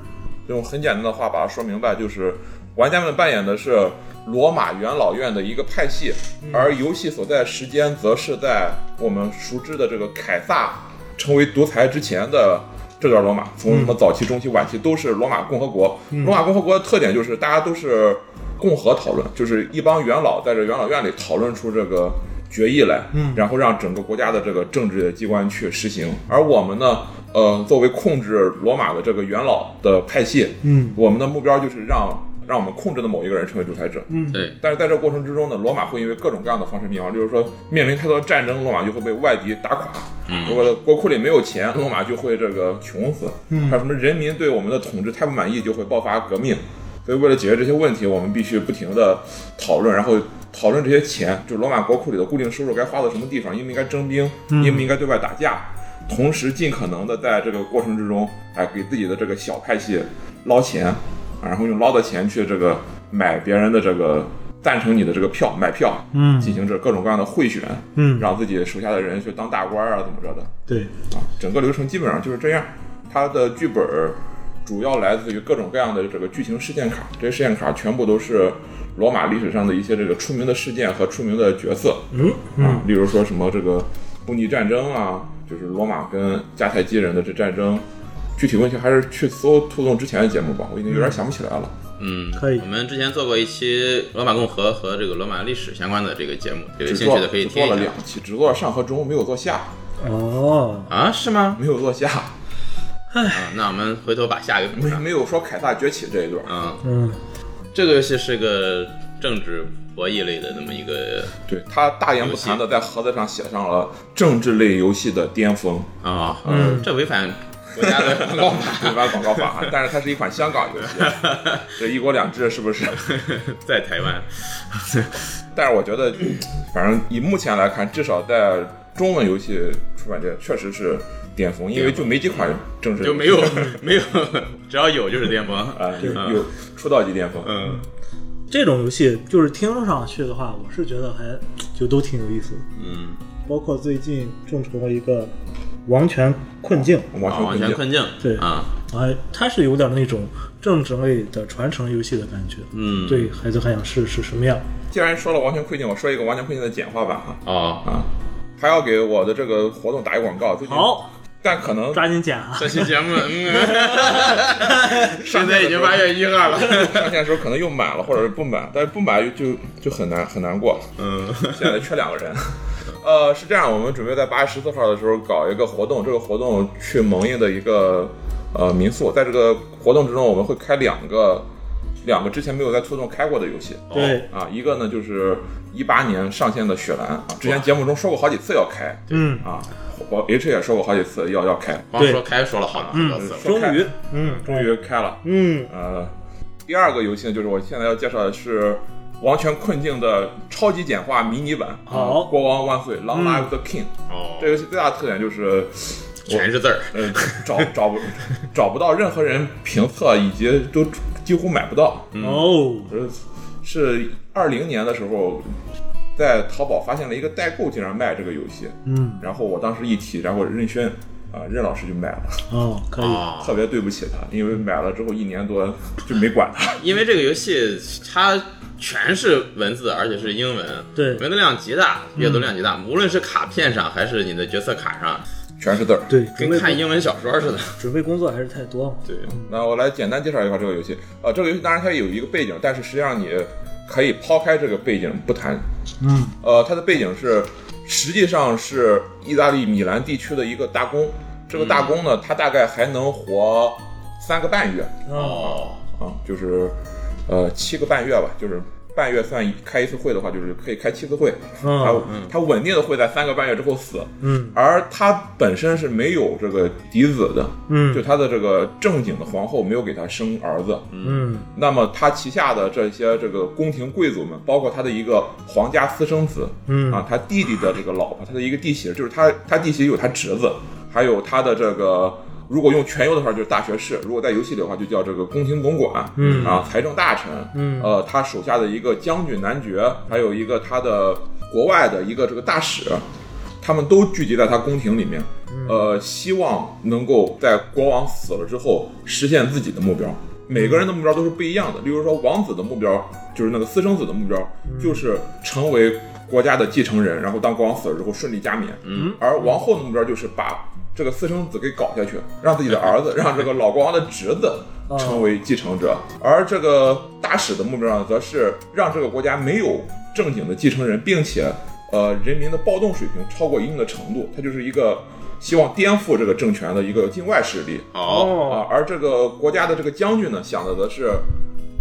用很简单的话把它说明白，就是玩家们扮演的是罗马元老院的一个派系，而游戏所在时间则是在我们熟知的这个凯撒成为独裁之前的。这段罗马从什么早期、中期、晚期都是罗马共和国。罗马共和国的特点就是大家都是共和讨论，就是一帮元老在这元老院里讨论出这个决议来，然后让整个国家的这个政治机关去实行。而我们呢，呃，作为控制罗马的这个元老的派系，
嗯，
我们的目标就是让让我们控制的某一个人成为独裁者。
嗯
对，
但是在这过程之中呢，罗马会因为各种各样的方式灭亡，就是说面临太多的战争，罗马就会被外敌打垮。如果国库里没有钱，罗马就会这个穷死。还有什么人民对我们的统治太不满意，就会爆发革命。所以为了解决这些问题，我们必须不停的讨论，然后讨论这些钱，就罗马国库里的固定收入该花到什么地方，应不应该征兵，应不应该对外打架，同时尽可能的在这个过程之中，哎，给自己的这个小派系捞钱，啊然后用捞的钱去这个买别人的这个赞成你的这个票，买票，
嗯
进行这各种各样的贿选，
嗯
让自己手下的人去当大官啊，怎么着的，
对，
啊，整个流程基本上就是这样。它的剧本儿主要来自于各种各样的这个剧情事件卡，这些事件卡全部都是罗马历史上的一些这个出名的事件和出名的角色，
嗯
啊，例如说什么这个布匿战争啊，就是罗马跟迦太基人的这战争，具体问题还是去搜兔洞之前的节目吧，我已经有点想不起来了。
嗯，
可以
我们之前做过一期罗马共和和这个罗马历史相关的这个节目，有
只
兴
做
趣的可以
只
听
做
一
了
下
两。期，只做了上和中，没有做下，
哦，
啊，是吗？
没有做下，
啊，那我们回头把下给补
没
上。
没有说凯撒崛起这一段。
啊，
嗯，
这个游戏是个政治博弈类的那么一个
对他大言不惭的在盒子上写上了政治类游戏的巅峰，
啊，
嗯
这违反国家的 广告 法，
违反广告法，但是它是一款香港 游戏，这一国两制是不是？
在台湾。
但是我觉得，反正以目前来看，至少在中文游戏出版界确实是巅峰，因为就没几款正式
就没有没有，只要有就是巅峰。
啊、有有出道级巅峰。
嗯，
这种游戏就是听上去的话，我是觉得还就都挺有意思的。
嗯，
包括最近众筹了一个《王权困境》，
啊，
王
完
权
全
困境，
困境。
对
啊，
啊，它是有点那种政治类的传承游戏的感觉。
嗯，
对，孩子还想试试什么样？
既然说了王权困境，我说一个王权困境的简化版哈
哦，
啊，还要给我的这个活动打一广告。最近，
好，
但可能
抓紧剪啊！
这期节 目，嗯，现在已经八月一号了。
上线的时候可能又满了，或者是不满，但是不满就就很难很难过。
嗯，
现在缺两个人。呃，是这样，我们准备在八月十四号的时候搞一个活动，这个活动去蒙印的一个呃民宿，在这个活动之中，我们会开两个两个之前没有在兔洞开过的游戏
对，
啊，一个呢就是一八年上线的《雪蓝》啊，之前节目中说过好几次要开
嗯，
啊，我 H 也说过好几次要要开，
光说开说了好多次了。
终于，嗯，
终于开了。
嗯，
呃，第二个游戏呢，就是我现在要介绍的是《王权困境》的超级简化迷你版。
好
啊国王万岁，Long Live the King、
哦
这，个游戏最大的特点就是，
全是字儿。
呃，找找不找不到任何人评测，以及都几乎买不到。
哦，
是是二零年的时候，在淘宝发现了一个代购竟然卖这个游戏，
嗯，
然后我当时一提，然后任轩啊、任老师就买了，
哦，可以，
哦，
特别对不起他，因为买了之后一年多就没管他。
因为这个游戏它全是文字，而且是英文，
对嗯
文字量极大，阅读量极大，无论是卡片上还是你的角色卡上，
全是字儿，
对，准
跟
备
看
工
英文小说似的。
准备工作还是太多了。
对，
那我来简单介绍一下这个游戏。呃，这个游戏当然它有一个背景，但是实际上你可以抛开这个背景不谈。
嗯，
呃，它的背景是实际上是意大利米兰地区的一个大公，这个大公呢，他大概还能活三个半月
啊，
哦，
啊，就是呃七个半月吧，就是。半月算一开一次会的话，就是可以开七次会。
嗯
他他稳定的会在三个半月之后死，
嗯
而他本身是没有这个嫡子的，就
嗯
他的这个正经的皇后没有给他生儿子，
嗯
那么他旗下的这些这个宫廷贵族们，包括他的一个皇家私生子，
嗯
啊，他弟弟的这个老婆，他的一个弟媳，就是他他弟媳有他侄子，还有他的这个。如果用全游的话，就是大学士；如果在游戏里的话，就叫这个宫廷总管，
嗯
啊，财政大臣，
嗯
呃，他手下的一个将军、男爵，还有一个他的国外的一个这个大使，他们都聚集在他宫廷里面，呃，希望能够在国王死了之后实现自己的目标。每个人的目标都是不一样的，例如说王子的目标就是那个私生子的目标，就是成为国家的继承人，然后当国王死了之后顺利加冕。嗯，而王后的目标就是把这个私生子给搞下去，让自己的儿子，让这个老国王的侄子成为继承者。而这个大使的目标呢，则是让这个国家没有正经的继承人，并且呃人民的暴动水平超过一定的程度，他就是一个希望颠覆这个政权的一个境外势力
嗯
好，
啊。而这个国家的这个将军呢，想的则是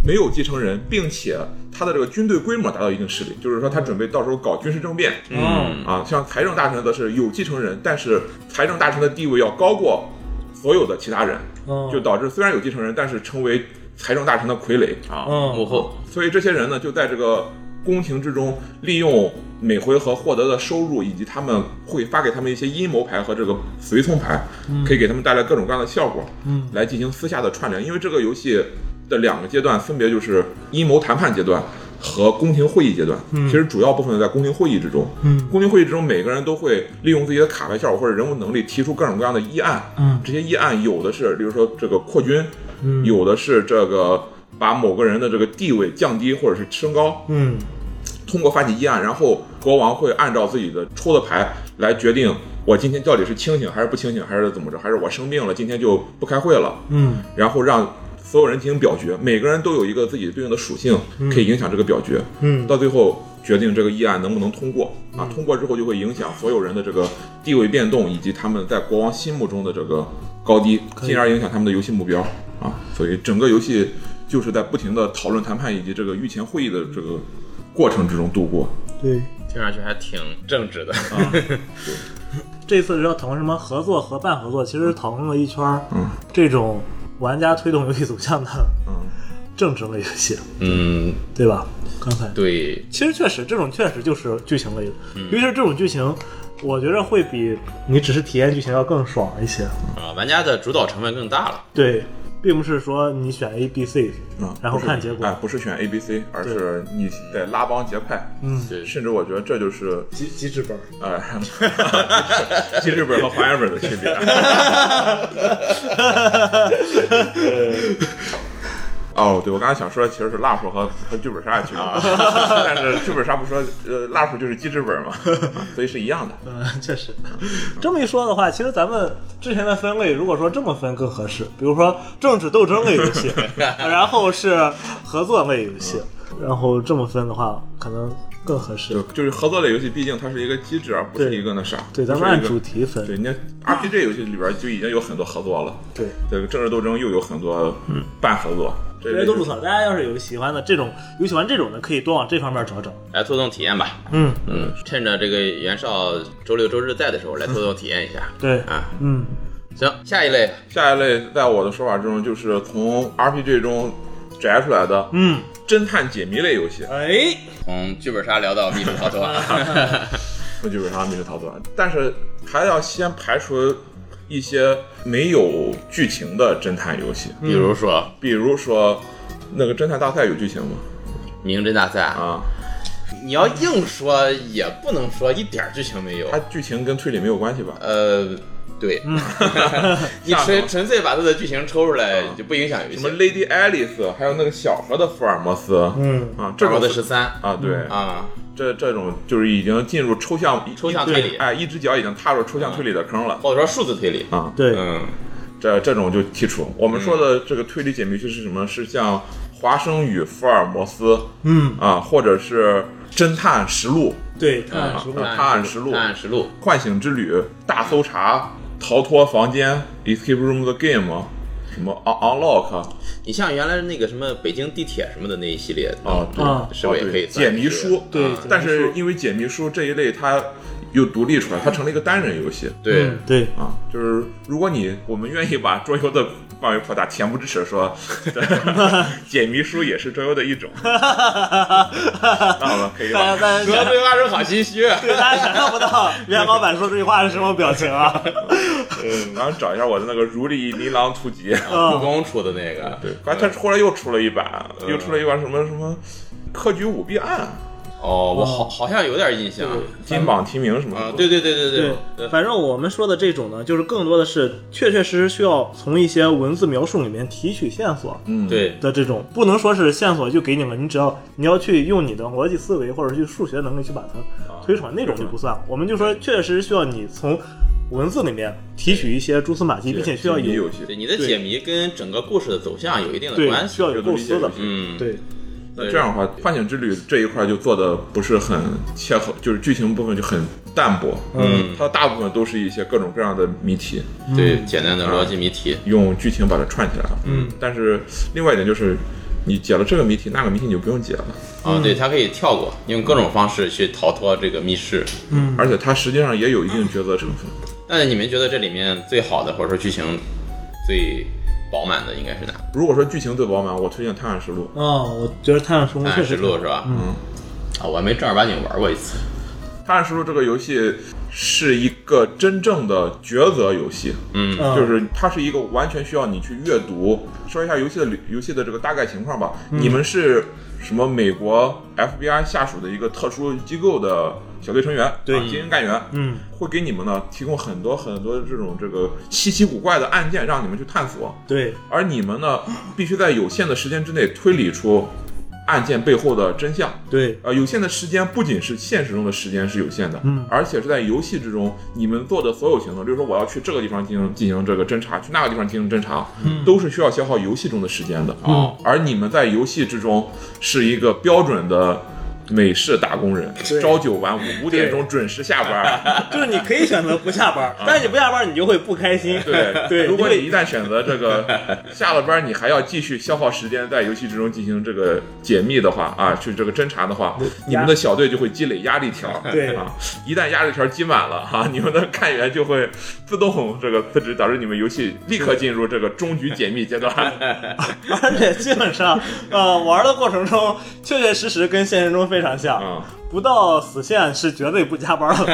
没有继承人，并且他的这个军队规模达到一定实力，就是说他准备到时候搞军事政变。
嗯，
啊，像财政大臣则是有继承人，但是财政大臣的地位要高过所有的其他人，
哦
就导致虽然有继承人，但是成为财政大臣的傀儡。
啊，
嗯
幕后，
所以这些人呢，就在这个宫廷之中，利用每回合获得的收入，以及他们会发给他们一些阴谋牌和这个随从牌，可以给他们带来各种各样的效果，
嗯，
来进行私下的串联。因为这个游戏的两个阶段分别就是阴谋谈判阶段。和宫廷会议阶段，其实主要部分在宫廷会议之中。
嗯
宫廷会议之中，每个人都会利用自己的卡牌效果或者人物能力，提出各种各样的议案。
嗯
这些议案有的是，比如说这个扩军，
嗯
有的是这个把某个人的这个地位降低或者是升高，
嗯
通过发起议案，然后国王会按照自己的抽的牌来决定我今天到底是清醒还是不清醒，还是怎么着，还是我生病了今天就不开会了，
嗯
然后让所有人进行表决，每个人都有一个自己对应的属性，可以影响这个表决。
嗯
到最后决定这个议案能不能通过啊，通过之后就会影响所有人的这个地位变动，以及他们在国王心目中的这个高低，
以
进而影响他们的游戏目标啊。所以整个游戏就是在不停的讨论、谈判以及这个御前会议的这个过程之中度过。
对。
听上去还挺正直的。
嗯这次要讨论什么合作、和半合作，其实讨论了一圈儿
嗯
这种玩家推动游戏走向的
嗯，
政治类游戏，
嗯，
对吧？刚才
对，嗯
其实确实，这种确实就是剧情类的，尤其是这种剧情，我觉着会比你只是体验剧情要更爽一些。
啊、玩家的主导成分更大了。
对，并不是说你选 A、B、C，
啊
然后看结
哎
果，，
不是选 A、B、C，而是你得拉帮结派。
嗯，
对，
甚至我觉得这就是
机机制本儿。
呃， 记事本和还原本的区别。啊 哦，对，我刚才想说的其实是 LARP 和和剧本杀的区别，啊 但是剧本杀不说，呃，LARP 就是机制本嘛，所以是一样的。
嗯，确实， 这么一说的话，其实咱们之前的分类，如果说这么分更合适，比如说政治斗争类游戏，然后是合作类游戏，然后这么分的话，可能更合适
就。就是合作类游戏，毕竟它是一个机制，而不是
对
一个那啥。
对，咱们
不是一
按
个
主题分。
对，人家 RPG 游戏里边就已经有很多合作了，
对，
这个政治斗争又有很多半合作，这
嗯这
类
些都注
就
册，大家要是有喜欢的这种，有喜欢这种的，可以多往这方面找找。
来拖动体验吧。
嗯，
嗯，趁着这个袁绍周六周日在的时候来拖动体验一下。
对，
啊，
嗯，
行，下一类，
下一类，在我的说法之中，就是从 RPG 中摘出来的
嗯，
侦探解谜类游戏，
哎，
从剧本杀聊到密室逃脱。
那基本上密室逃脱。但是还要先排除一些没有剧情的侦探游戏，
比如说
比如说那个侦探大赛有剧情吗？
名侦大赛，啊，
啊，
你要硬说也不能说一点儿剧情没有
它。剧情跟推理没有关系吧？
呃，对， 你 纯纯粹把它的剧情抽出来就不影响游
什么
戏。
Lady Alice，还有那个小盒的福尔摩斯，
嗯，
啊，这
这
种
的十三
啊，对，
啊，
这这种就是已经进入抽象
抽象推
一
理，嗯
哎，一只脚已经踏入抽象推理的坑了
或者说数字推理。
啊。
对，
嗯，
这这种就剔除。我们说的这个推理解谜剧是什么？是像华生与福尔摩斯
嗯，
啊，或者是侦探实录、
对，探
嗯
案实录，
探案实录
探案实录，
唤醒之旅、大搜查、逃脱房间、Escape Room 的 Game，什么 Un Unlock
你像原来那个什么北京地铁什么的那一系列，
啊，对，
啊
是不是也可以
对解
算
谜
是
书？
对
嗯
解谜
但是
书
因为解谜书这一类它又独立出来，它成了一个单人游戏。
对，
嗯对，
啊，就是如果你我们愿意把桌游的范围扩大，恬不知耻地说， 解谜书也是桌游 的一种。那我们可以
大
把
家大
德
家
对蛙人好心虚。
对大家想象不到袁老板说这句话是什么表情啊？
嗯，然后找一下我的那个《如狸琳琅图集》。
故宫出的那个，
嗯对，反正他后来又出了一版，呃又出了一版什么什么科举舞弊案，
哦，我好好像有点印象
金榜题名什么
啊，
的。
对对对对呃
对，反正我们说的这种呢，就是更多的是确确实实需要从一些文字描述里面提取线索
嗯，
对
的这种，不能说是线索就给你了，你只要你要去用你的逻辑思维或者去数学能力去把它推出来，那种就不算了。我们就说确确实实需要你从文字里面提取一些蛛丝马迹，并且需要
解谜
有
游戏
对，。你的解谜跟整个故事的走向有一定的
对
关
需
系。
要
有
有
的
构
理解
思的
游，戏
嗯，
对
那这样的话，《幻想之旅》这一块就做的不是很切合，就是剧情部分就很淡薄。
嗯
它大部分都是一些各种各样的谜题。
对，简单的逻辑谜题，
用剧情把它串起来了。嗯，但是另外一点就是，你解了这个谜题，那个谜题你就不用解了，
啊，对，它可以跳过，用各种方式去逃脱这个密室。
嗯，
而且它实际上也有一定角色成分。
但是你们觉得这里面最好的，或者说剧情最饱满的应该是哪？
如果说剧情最饱满，我推荐《探案实录
啊，我觉得探案生活
《
确
暗
实
实录》是吧？嗯，啊，我还没正儿八经玩过一次。》。
《探案实录》这个游戏是一个真正的抉择游戏，
嗯
嗯
就是它是一个完全需要你去阅读。说一下游戏的流游戏的这个大概情况
嗯
吧。你们是什么？美国 FBI 下属的一个特殊机构的小队成员，
对
啊精英干员，
嗯，
会给你们呢提供很多很多这种这个稀奇古怪的案件让你们去探索，
对，
而你们呢必须在有限的时间之内推理出案件背后的真相。
对，
呃，有限的时间不仅是现实中的时间是有限的，
嗯
而且是在游戏之中，你们做的所有行动，比如说我要去这个地方进行进行这个侦查，去那个地方进行侦查，都是需要消耗游戏中的时间的。
哦，
而你们在游戏之中是一个标准的美式打工人，朝九晚五，五点钟准时下班。
啊就是你可以选择不下班，但是你不下班你就会不开心。
啊对
对，
如果
因
你
为
一旦选择这 个下了班，你还要继续消耗时间在游戏之中进行这个解密的话啊，去这个侦查的话，你们的小队就会积累压力条。
对
啊，一旦压力条积满了哈、你们的干员就会自动这个辞职，导致你们游戏立刻进入这个终局解密阶段。
而且基本上，呃，玩的过程中确确实实跟现实中非常像，
啊，
不到死线是绝对不加班的。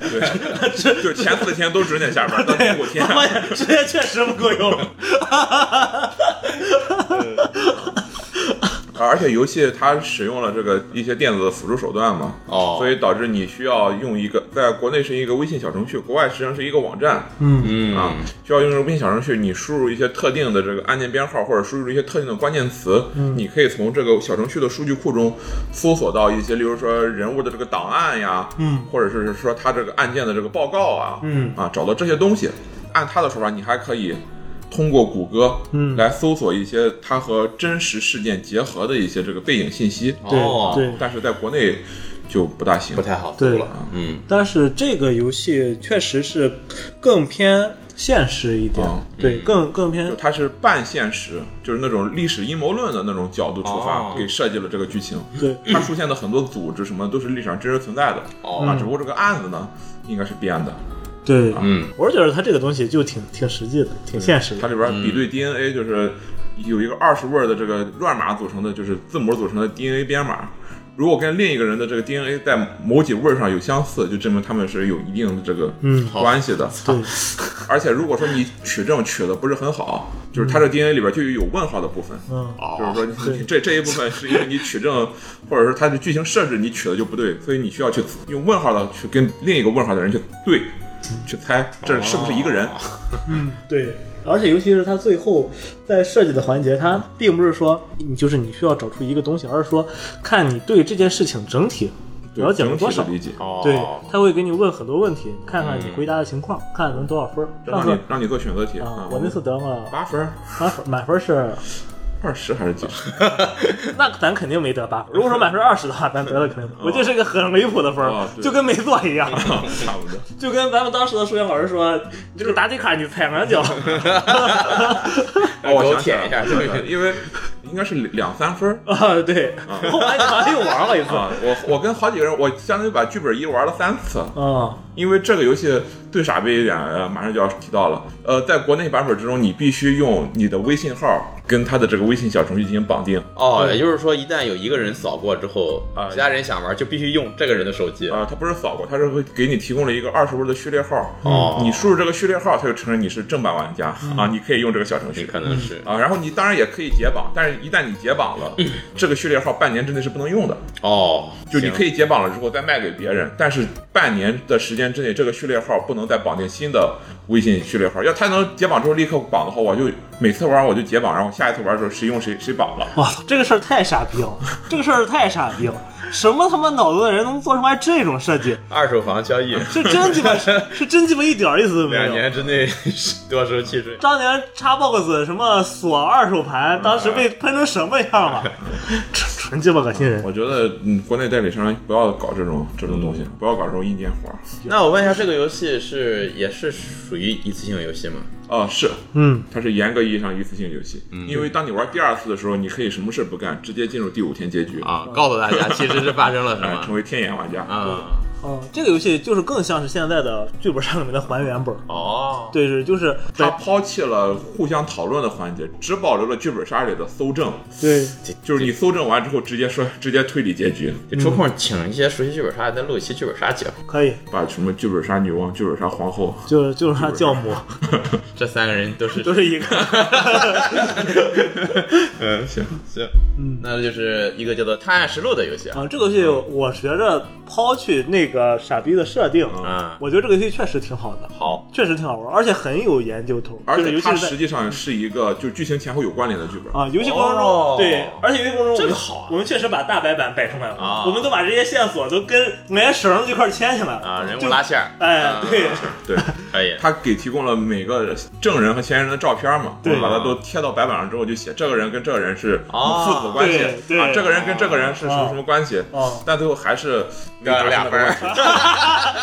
对， 就是前四天都准点下班，到第五天
他。 妈呀，时间确实不够用。
啊而且游戏它使用了这个一些电子的辅助手段嘛，
哦
所以导致你需要用一个，在国内是一个微信小程序，国外实际上是一个网站、
嗯
啊，需要用这个微信小程序，你输入一些特定的这个按键编号，或者输入一些特定的关键词，
嗯
你可以从这个小程序的数据库中搜索到一些，例如说人物的这个档案呀，
嗯
或者是说他这个案件的这个报告啊，
嗯
啊，找到这些东西。按他的说法，你还可以通过谷歌，
嗯
来搜索一些它和真实事件结合的一些这个背景信息。
哦
对对
但是在国内就不大行
不。太好搜
对
了，嗯，
但是这个游戏确实是更偏现实一点，
哦
对，更更
就
偏
它是半现实，就是那种历史阴谋论的那种角度出发，
哦
给设计了这个剧情。
对。
它出现的很多组织什么都是历史上真实存在的，
哦
啊，只不过这个案子呢应该是编的。
对，
嗯，
我是觉得它这个东西就挺挺实际的，挺现实
它
的。
里边比对 DNA 就是有一个二十位儿的这个乱码组成的，就是字母组成的 DNA 编码。如果跟另一个人的这个 DNA 在某几位儿上有相似，就证明他们是有一定的这个
嗯
关系的。啊
对，
而且如果说你取证取的不是很好，就是它这 DNA 里边就有问号的部分，
嗯，
就是
哦，
说你你这这一部分是因为你取证，或者是它的剧情设置你取的就不对，所以你需要去用问号的去跟另一个问号的人去对，去猜这是不是一个人。
哦嗯对。而且尤其是它最后在设计的环节，它并不是说你就是你需要找出一个东西，而是说看你对这件事情整体
对
了解了
整体
多
的
少。
理解？嗯
哦
对，他会给你问很多问题，看看你回答的情况，看能多少分儿。上
让
次
你让你做选择题
啊，我那次得了
嗯八分儿、
满分，满 分是
二十还是几 十？
那咱肯定没得八分。如果说满分二十的话，咱得了肯定。我这是一个很离谱的分
哦
儿，
对嗯
就跟没做一样，
差不多。
就跟咱们当时的数学老师说，你这个答题卡你 踩两脚。
哦，我
狗
想起来
舔一下
了，对对因为应该是两三 分儿
啊，对，
嗯
后来好像又玩了一次。
啊。我我跟好几个人，我相当于把剧本一玩了三次。
啊，
因为这个游戏最傻逼一点，呃，马上就要提到了。呃，在国内版本之中，你必须用你的微信号跟他的这个微信小程序进行绑定。
哦，也就是说，一旦有一个人扫过之后
啊，
其他人想玩就必须用这个人的手机。
啊、他不是扫过，他是会给你提供了一个二十位的序列号。
哦
你输入这个序列号，他就承认你是正版玩家、啊，你可以用这个小程
你
序。
可能是
啊，然后你当然也可以解绑，但是一旦你解绑了，
嗯
这个序列号半年之内是不能用的。
哦，
就你可
以
以解绑了之后再卖给别人，但是半年的时间之内，这个序列号不能再绑定新的微信序列号。要他能解绑之后立刻绑的话，我就每次玩我就解绑，然后下一次玩的时候谁用谁谁绑了。
哇，这个事儿太傻逼了，这个事儿太傻逼了，什么他妈脑子的人能做出来这种设计？
二手房交易，
是真鸡巴，是真鸡巴一点儿意思都没
两
有。
年之内 多收契税。
当年 Xbox 什么锁二手盘，当时被喷成什么样了？纯纯鸡巴恶心人。
我觉得，嗯，国内代理商不要搞这种这种东西，不要搞这种硬件活儿。
那我问一下，这个游戏是也是属于一次性游戏吗？
啊、是，
嗯，
它是严格意义上一次性游戏，因为当你玩第二次的时候，你可以什么事不干，直接进入第五天结局，
啊，告诉大家其实是发生了什
哎，成
么
为天眼玩家。
啊啊？
嗯，这个游戏就是更像是现在的剧本杀里面的还原本儿。
哦，
对，是就是
他抛弃了互相讨论的环节，只保留了剧本杀里的搜证，
对
就是你搜证完之后直接说直接推理结局，
就抽空请一些熟悉剧本杀的，再录一期剧本杀节目。
可以，
把什么剧本杀女王、剧本杀皇后，
就是就是他教 母
这三个人都是
都是一个， 啊
嗯，行行，
嗯
那就是一个叫做《探案实录》的游戏啊。
啊，这个游戏我觉着抛去那个傻逼的设定，
嗯，
我觉得这个游戏确实挺好的，
好，
确实挺好玩，而且很有研究头，
而
就是
且
尤
它
其是
实
在
际上是一个就是剧情前后有关联的剧本。
啊，游戏过程中、
哦
对，而且游戏过程中
这个
我们
好啊
我们确实把大白板摆成满
啊
我们都把这些线索都跟连绳儿一块儿牵起来了
啊，人物
就
拉线儿，
哎
啊，
对，
对，
可以，
他给提供了每个证人和嫌疑人的照片嘛，我
对
们把它都贴到白板上之后，就写这个人跟这个人是
哦
父子关系
对对
啊，这个人跟这个人是什么
哦
什么关系
哦，
但最后还是没
掉了俩分儿
发生那个问题。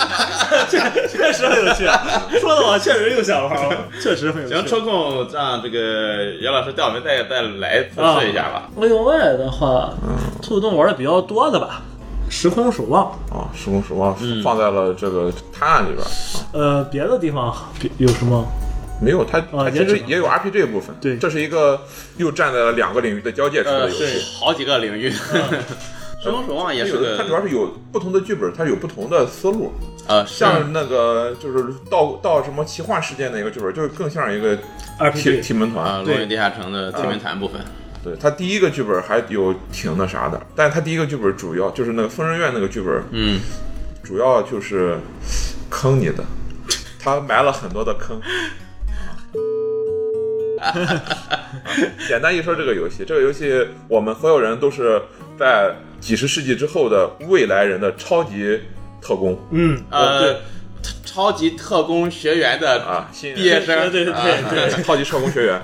确确实很有趣，啊 说的我确实又想玩了，啊确实很有趣。
行，抽空让这个姚老师带我们再再来
啊
测试一下吧。
另外的话，兔洞玩的比较多的吧，时空守望，
啊，时空时光放在了这个探案里边，啊
呃，别的地方别有什么？
没有，它它
啊也
其实
只能
也有 RPG 部分。
对啊
这是一个又站在了两个领域的交界处的
呃，
游戏。
是好几个领域，《 神龙守望》也
它
是
有的哎它主要
个，
是有不同的剧本，它有不同的思路。
呃，像
像那个就是到到什么奇幻世界那个剧本，就是更像一个提
RPG
提门
啊，
团
《
对
龙与地下城》的天文坛部分，
对他第一个剧本还有挺那啥的，但是他第一个剧本主要就是那个疯人院那个剧本，
嗯，
主要就是坑你的，他埋了很多的坑。 简单一说，这个游戏，这个游戏我们所有人都是在几十世纪之后的未来人的超级特工
嗯，对
呃，超级特工学员的
啊，新
毕业
人
生，
对对
啊
对对，
超级特工学 员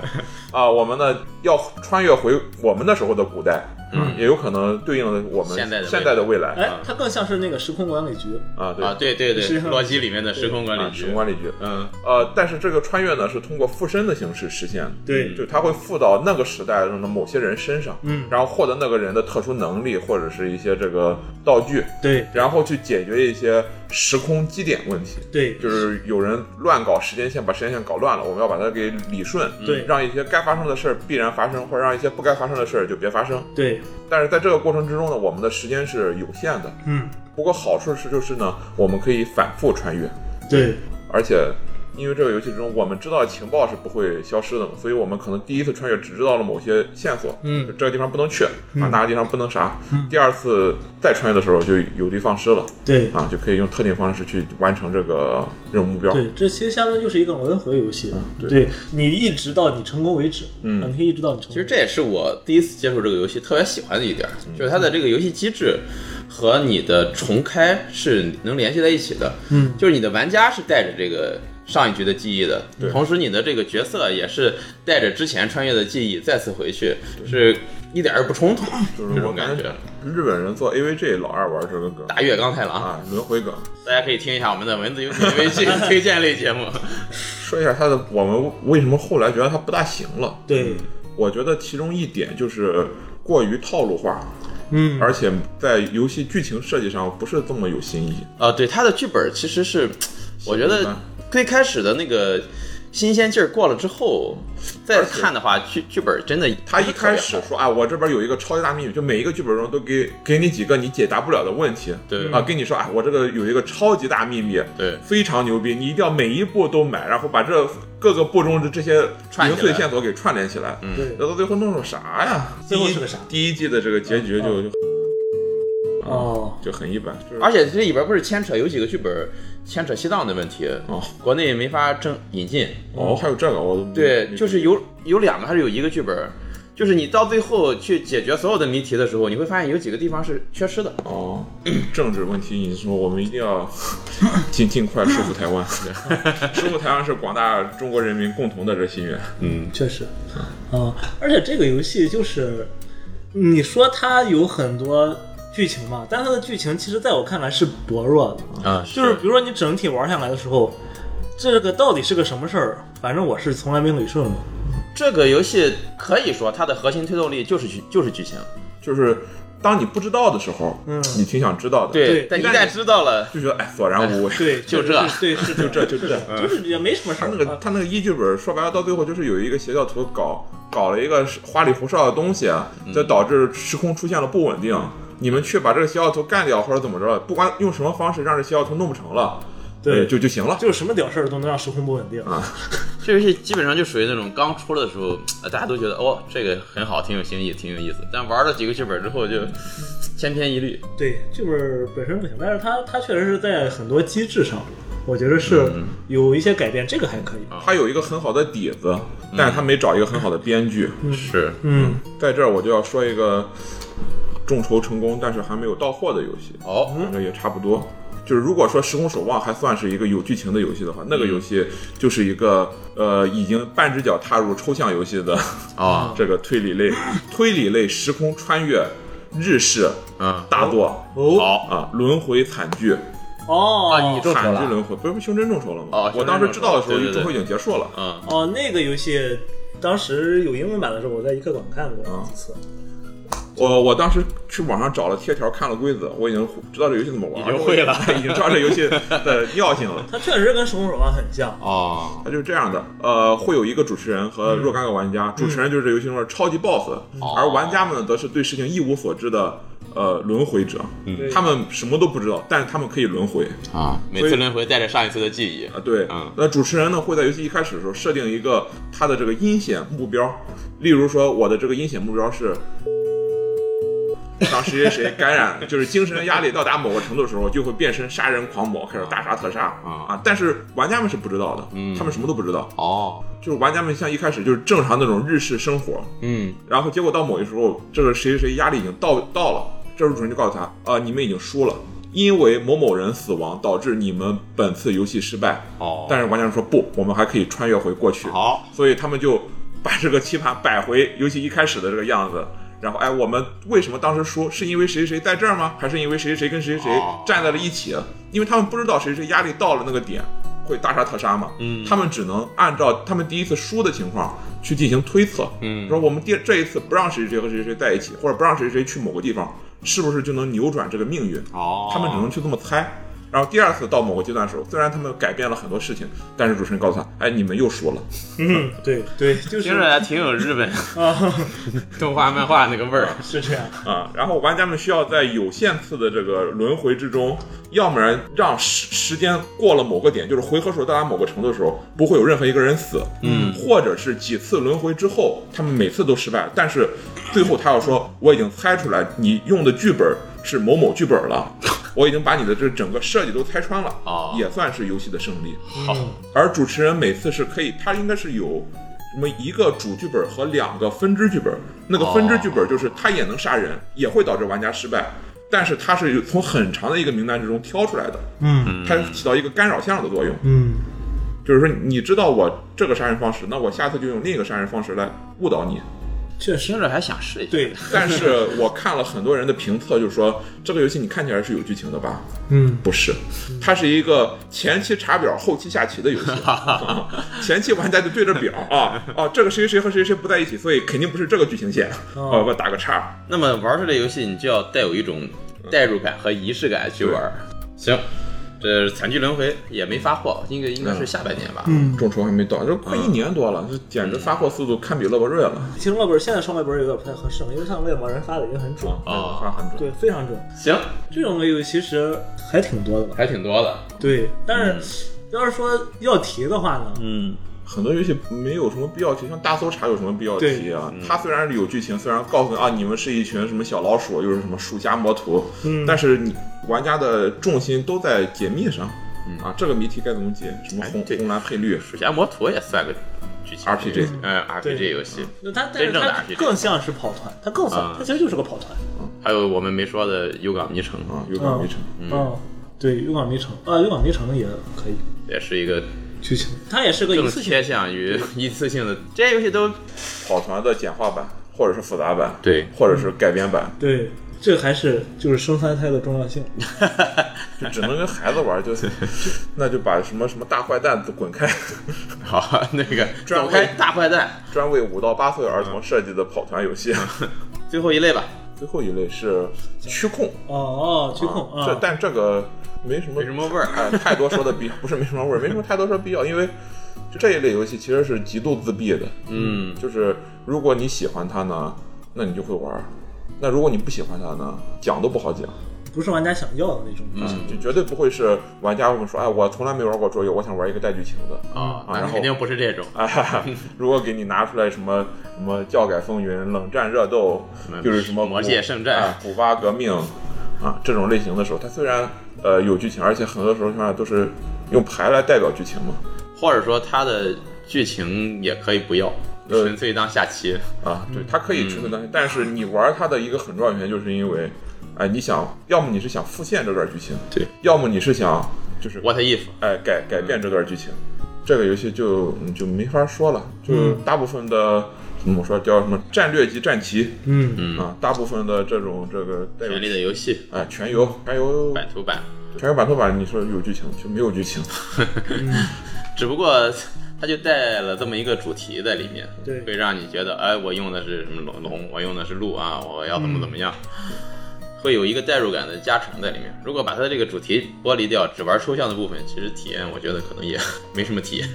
啊，我们呢要穿越回我们那时候的古代，嗯，也有可能对应了我们
现在的未来
现在的未来
哎，它更像是那个时空管理局，
啊，对
啊，对对对，
是
洛基里面的时空管
啊
理
时
局
空，管理局。
嗯，
呃，但是这个穿越呢是通过附身的形式实现的，
对
就它会附到那个时代中的某些人身上，
嗯
然后获得那个人的特殊能力或者是一些这个道具，
对
然后去解决一些时空基点问题。
对
就是有人乱搞时间线，把时间线搞乱了，我们要把它给理
嗯
顺，
对
让一些该发生的事儿必然发生，或者让一些不该发生的事儿就别发生。
对，
但是在这个过程之中呢，我们的时间是有限的，
嗯
不过好处是就是呢，我们可以反复穿越，
对
而且因为这个游戏中我们知道情报是不会消失的嘛，所以我们可能第一次穿越只知道了某些线索，
嗯
就这个地方不能去，啊，那个地方不能啥，第二次再穿越的时候就有的放矢了，
对
啊，就可以用特定方式去完成这个任务目标。
对，这其实相当于就是一个轮回游戏，对你一直到你成功为止，
嗯
啊你可以一直到你成
其实
功。
这也是我第一次接触这个游戏特别喜欢的一点儿，
嗯
就是它的这个游戏机制和你的重开是能联系在一起的。
嗯
就是你的玩家是带着这个上一局的记忆的，
对
同时你的这个角色也是带着之前穿越的记忆再次回去，是一点儿也不冲突，
就是
这
我
种
感
感
觉
觉。
日本人做 AVG 老爱玩这个梗
大月刚太郎，
啊，轮回梗。
大家可以听一下我们的文字游戏 微信推荐类节目。
说一下它的，我们为什么后来觉得它不大行了？
对，
我觉得其中一点就是过于套路化，
嗯，
而且在游戏剧情设计上不是这么有新意。
啊，对，他的剧本其实是，我觉
一
得
般
最开始的那个新鲜劲儿过了之后，再看的话，剧剧本真的
他一开
不
始
是
说啊，我这边有一个超级大秘密，就每一个剧本中都给给你几个你解答不了的问题，
特别好
啊，跟你说啊，我这个有一个超级大秘密，
对对，
非常牛逼，你一定要每一步都买，然后把这各个步中的这些
串起来
零碎线索给串联起来。
对
那到最后弄成啥呀？
嗯最后是个啥
第一第一季的这个结局就就
哦，
就很一般，就是
而且这里边不是牵扯有几个剧本牵扯西藏的问题，
哦
国内没法正引进。
哦，还有这个我都没
对，
没
就是有有两个还是有一个剧本，就是你到最后去解决所有的谜题的时候，你会发现有几个地方是缺失的。
哦，政治问题，你说我们一定要 尽尽快收复台湾，收复台湾是广大中国人民共同的这心愿。
嗯，
确实，啊，而且这个游戏就是，你说它有很多剧情嘛，但它的剧情其实在我看来是薄弱的，
嗯
啊，
就是比如说你整体玩下来的时候，这个到底是个什么事儿，反正我是从来没捋顺过。
这个游戏可以说它的核心推动力就是剧就是剧情，
就是当你不知道的时候，
嗯
你挺想知道的，
对
对
但一旦知道了，
就觉得哎索然无味。
对，
就这
对，是
就 这
是
就这
的就是也没什么事
他
儿。
那个
啊
他那个一剧本说白了，到最后就是有一个邪教徒搞搞了一个花里胡哨的东西，这导致时空出现了不稳定。你们去把这个邪教徒干掉或者怎么着，不管用什么方式让这邪教徒弄不成了，
对
呃就就行了。
就是什么屌事儿都能让时空不稳定。
这游戏基本上就属于那种刚出了的时候，呃大家都觉得哦，这个很好，挺有新意，挺有意思。但玩了几个剧本之后，就千篇一律。
对，剧本本身不行，但是它它确实是在很多机制上，我觉得是有一些改变，这个还可以。
他有一个很好的底子，但是他没找一个很好的编剧。
是，
嗯，
在这儿我就要说一个众筹成功，但是还没有到货的游戏，
哦，
反正也差不多。就是如果说《时空守望》还算是一个有剧情的游戏的话，
嗯
那个游戏就是一个呃已经半只脚踏入抽象游戏的
哦，
这个推理 类、推理类时空穿越日式
嗯，
大作
哦
好，
啊轮回惨剧，
啊你
哦
众筹
惨
了
剧轮回不是胸针众筹了吗？
哦
我当时知道的时候，
胸针众筹对对对
众筹已经结束了。
嗯，
哦，那个游戏当时有英文版的时候，我在一客馆看过
啊
几次。
我我当时去网上找了贴条，看了规则，我已经知道这游戏怎么玩，
已经会了，
已经知道这游戏的要性了。
它确实跟《时空守望》很像。
哦，
它就是这样的，呃，会有一个主持人和
嗯
若干个玩家，主持人就是这游戏中的超级 boss，、而玩家们呢，则是对事情一无所知的呃轮回者，
嗯
对
他们什么都不知道，但是他们可以轮回
啊，每次轮回带着上一次的记忆
啊。对，
嗯
那主持人呢会在游戏一开始的时候设定一个他的这个阴险目标，例如说我的这个阴险目标是。让谁谁谁感染，就是精神压力到达某个程度的时候，就会变身杀人狂魔，开始大杀特杀
啊嗯
啊！但是玩家们是不知道的，他们什么都不知道，
哦，
就是玩家们像一开始就是正常那种日式生活，
嗯，
然后结果到某一时候，这个谁谁谁压力已经到到了，这时候主人就告诉他，啊、你们已经输了，因为某某人死亡导致你们本次游戏失败。
哦，
但是玩家们说不，我们还可以穿越回过去，
好，
所以他们就把这个棋盘摆回游戏一开始的这个样子。然后，哎，我们为什么当时输？是因为谁谁谁在这儿吗？还是因为谁谁谁跟谁谁谁
哦
站在了一起？啊因为他们不知道谁谁压力到了那个点会大杀特杀嘛。
嗯
他们只能按照他们第一次输的情况去进行推测。
嗯
说我们第这一次不让谁谁和谁谁在一起，或者不让谁谁去某个地方，是不是就能扭转这个命运？
哦，
他们只能去这么猜。然后第二次到某个阶段的时候，虽然他们改变了很多事情，但是主持人告诉他，哎，你们又输了。
嗯，对对，就
听
是
着还挺有日本
啊，
动画漫画那个味 儿。
是这样。
啊，然后玩家们需要在有限次的这个轮回之中，要不然让时时间过了某个点，就是回合数到达某个程度的时候，不会有任何一个人死，嗯，或者是几次轮回之后，他们每次都失败，但是最后他要说我已经猜出来你用的剧本是某某剧本了，我已经把你的这整个设计都拆穿了，
哦
也算是游戏的胜利。
好
嗯
而主持人每次是可以，他应该是有什么一个主剧本和两个分支剧本，那个分支剧本就是他也能杀人，也会导致玩家失败，但是他是有从很长的一个名单之中挑出来的，
嗯
它起到一个干扰项的作用，
嗯，
就是说你知道我这个杀人方式，那我下次就用另一个杀人方式来误导你。
确实
听着还想试一下。
对。
但是我看了很多人的评测，就是说这个游戏你看起来是有剧情的吧？
嗯，
不是，它是一个前期查表、后期下棋的游戏。啊前期玩家就对着表啊啊，这个谁谁谁和谁谁不在一起，所以肯定不是这个剧情线。
哦
啊，我打个叉。
那么玩出这游戏，你就要带有一种代入感和仪式感去玩。行，这惨剧轮回也没发货，应该应该是下半年吧。
嗯，
众筹还没到，这快一年多了，这简直发货速度堪比乐博瑞了
其实乐本儿现在上外本儿有点不太合适了，因为上外本儿人发的已经很准，
啊！
哦
发很准。
对，非常准。
行，
这种类游其实还挺多的吧？嗯
还挺多的。
对，但是要是说要提的话呢，
嗯，
很多游戏没有什么必要提，像大搜查有什么必要提啊？它虽然有剧情，虽然告诉你啊，你们是一群什么小老鼠，又是什么鼠夹魔图，
嗯
但是你玩家的重心都在解密上。啊，这个谜题该怎么解？什么红、
哎对
红蓝配绿？
鼠侠魔图也算个剧情
RPG
嗯
对
RPG 游戏。
那它但
真
是
正的
它
RPG
更像是跑团，它更像
啊，
它其实就是个跑团。
还有我们没说的《幽港迷城》
啊，有港迷城。
嗯，对，有港迷城啊，有港迷城也可以
也是一个
剧情，它也是个
更
一次性
偏向于一次性的，这些游戏都
跑团的简化版，或者是复杂版，
对
或者是改编版，
对，这还是就是生三胎的重要性。
就只能跟孩子玩，就那就把什么什么大坏蛋都滚开，
好那个
专
走
为
开大坏蛋，
专为五到八岁儿童设计的跑团游戏。
最后一类吧。
最后一类是区控，
哦哦，区控
啊这
啊，
但这个没什么
没什么味儿。
哎太多说的必不是没什么味儿，没什么太多说必要，因为就这一类游戏其实是极度自闭的，
嗯，
就是如果你喜欢它呢，那你就会玩儿；那如果你不喜欢它呢，讲都不好讲，
不是玩家想要的那种。
嗯
就绝对不会是玩家跟我说，哎，我从来没玩过桌游，我想玩一个带剧情的。
啊，那
然后
肯定不是这种。
哎，如果给你拿出来什么什么教改风云、冷战热斗，就是什么
魔界圣战
哎古巴革命啊这种类型的时候，它虽然呃有剧情，而且很多时候情况下都是用牌来代表剧情嘛。
或者说它的剧情也可以不要，
呃
纯粹当下棋。
啊，
嗯
对，它可以纯粹当但是你玩它的一个很重要原因，就是因为，哎，你想要么你是想复现这段剧情，
对，
要么你是想就是
What if？
哎改改变这段剧情，这个游戏就嗯就没法说了，就
嗯
大部分的怎么说叫什么战略级战棋
嗯，
啊，大部分的这种这个带有
权力的游戏
哎全游全游
版图版，
全游版头版，你说有剧情就没有剧情，
嗯
只不过它就带了这么一个主题在里面，
对
会让你觉得，哎，我用的是什么龙龙，我用的是鹿啊，我要怎么怎么样。会有一个代入感的加成在里面。如果把它的这个主题剥离掉，只玩抽象的部分，其实体验我觉得可能也没什么体验。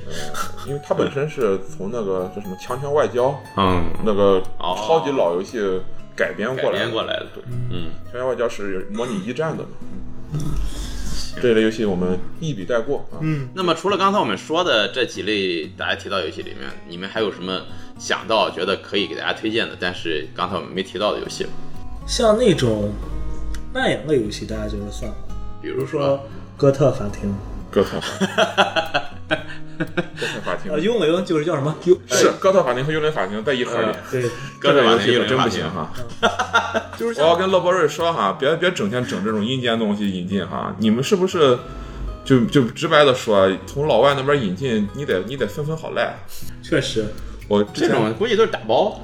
因为它本身是从那个叫什么强强外交
嗯，
那个
哦
超级老游戏改编
改
过来
编
的
过来的，
对。
嗯，
全员外交是模拟一战的嘛。这一类游戏我们一笔带过啊。
嗯，
那么除了刚才我们说的这几类大家提到游戏里面，你们还有什么想到觉得可以给大家推荐的，但是刚才我们没提到的游戏吗？
像那种扮演类游戏，大家觉得算吗？
比
比
如
如说《哥特法庭》，
哥特法 庭，哥特法
啊
呃，
庭
幽灵就是叫什么幽
是哥特法庭和幽灵法庭在一盒里。
对，
嗯哥
这
特
个
法
游
庭
戏
幽
可
灵
真
法
不
庭
行哈！
就是
我
像
要跟乐博瑞说哈，别别整天整这种阴间东西引进哈。你们是不是就就直白的说，啊从老外那边引进，你得你得分分好赖。
确实，
我之
这
前啊
种估计都是打 包，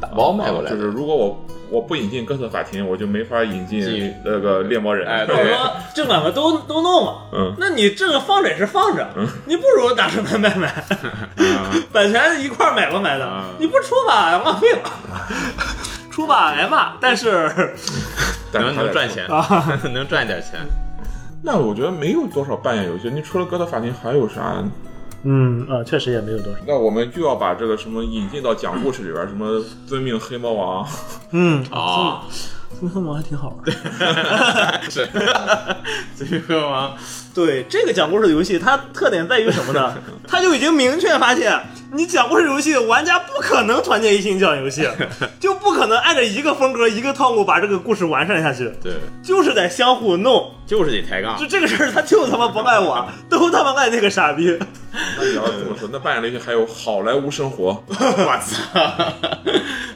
打包卖过来
就
的。
是如果我我不引进哥特法庭，我就没法引进
进
那个猎魔人。
哎
我
对
说这两个都都弄了，
嗯，
那你这个放着也是放着，你不如打成本买买， 版权一块儿买吧买的
嗯，
你不出吧浪费了， 出吧挨骂，但是 啊
但是
能
他
能
得
赚
出
钱，能赚点钱。
那我觉得没有多少扮演游戏，你除了哥特法庭还有啥？
嗯啊，确实也没有多少，
那我们就要把这个什么引进到讲故事里边，什么遵命黑魔王，
嗯，
哦，
孙孙王还挺好玩。
是， 最后王
对这个讲故事的游戏，它特点在于什么呢？它就已经明确发现，你讲故事游戏玩家不可能团结一心讲游戏，就不可能按照一个风格、一个套路把这个故事完善下去，
对，
就是得相互弄。
就是得抬杠
就。这个事儿，他就他妈不赖我， 都他妈赖那个傻逼。
那你要这么说，那扮演类型还有 好莱坞生活，
我操，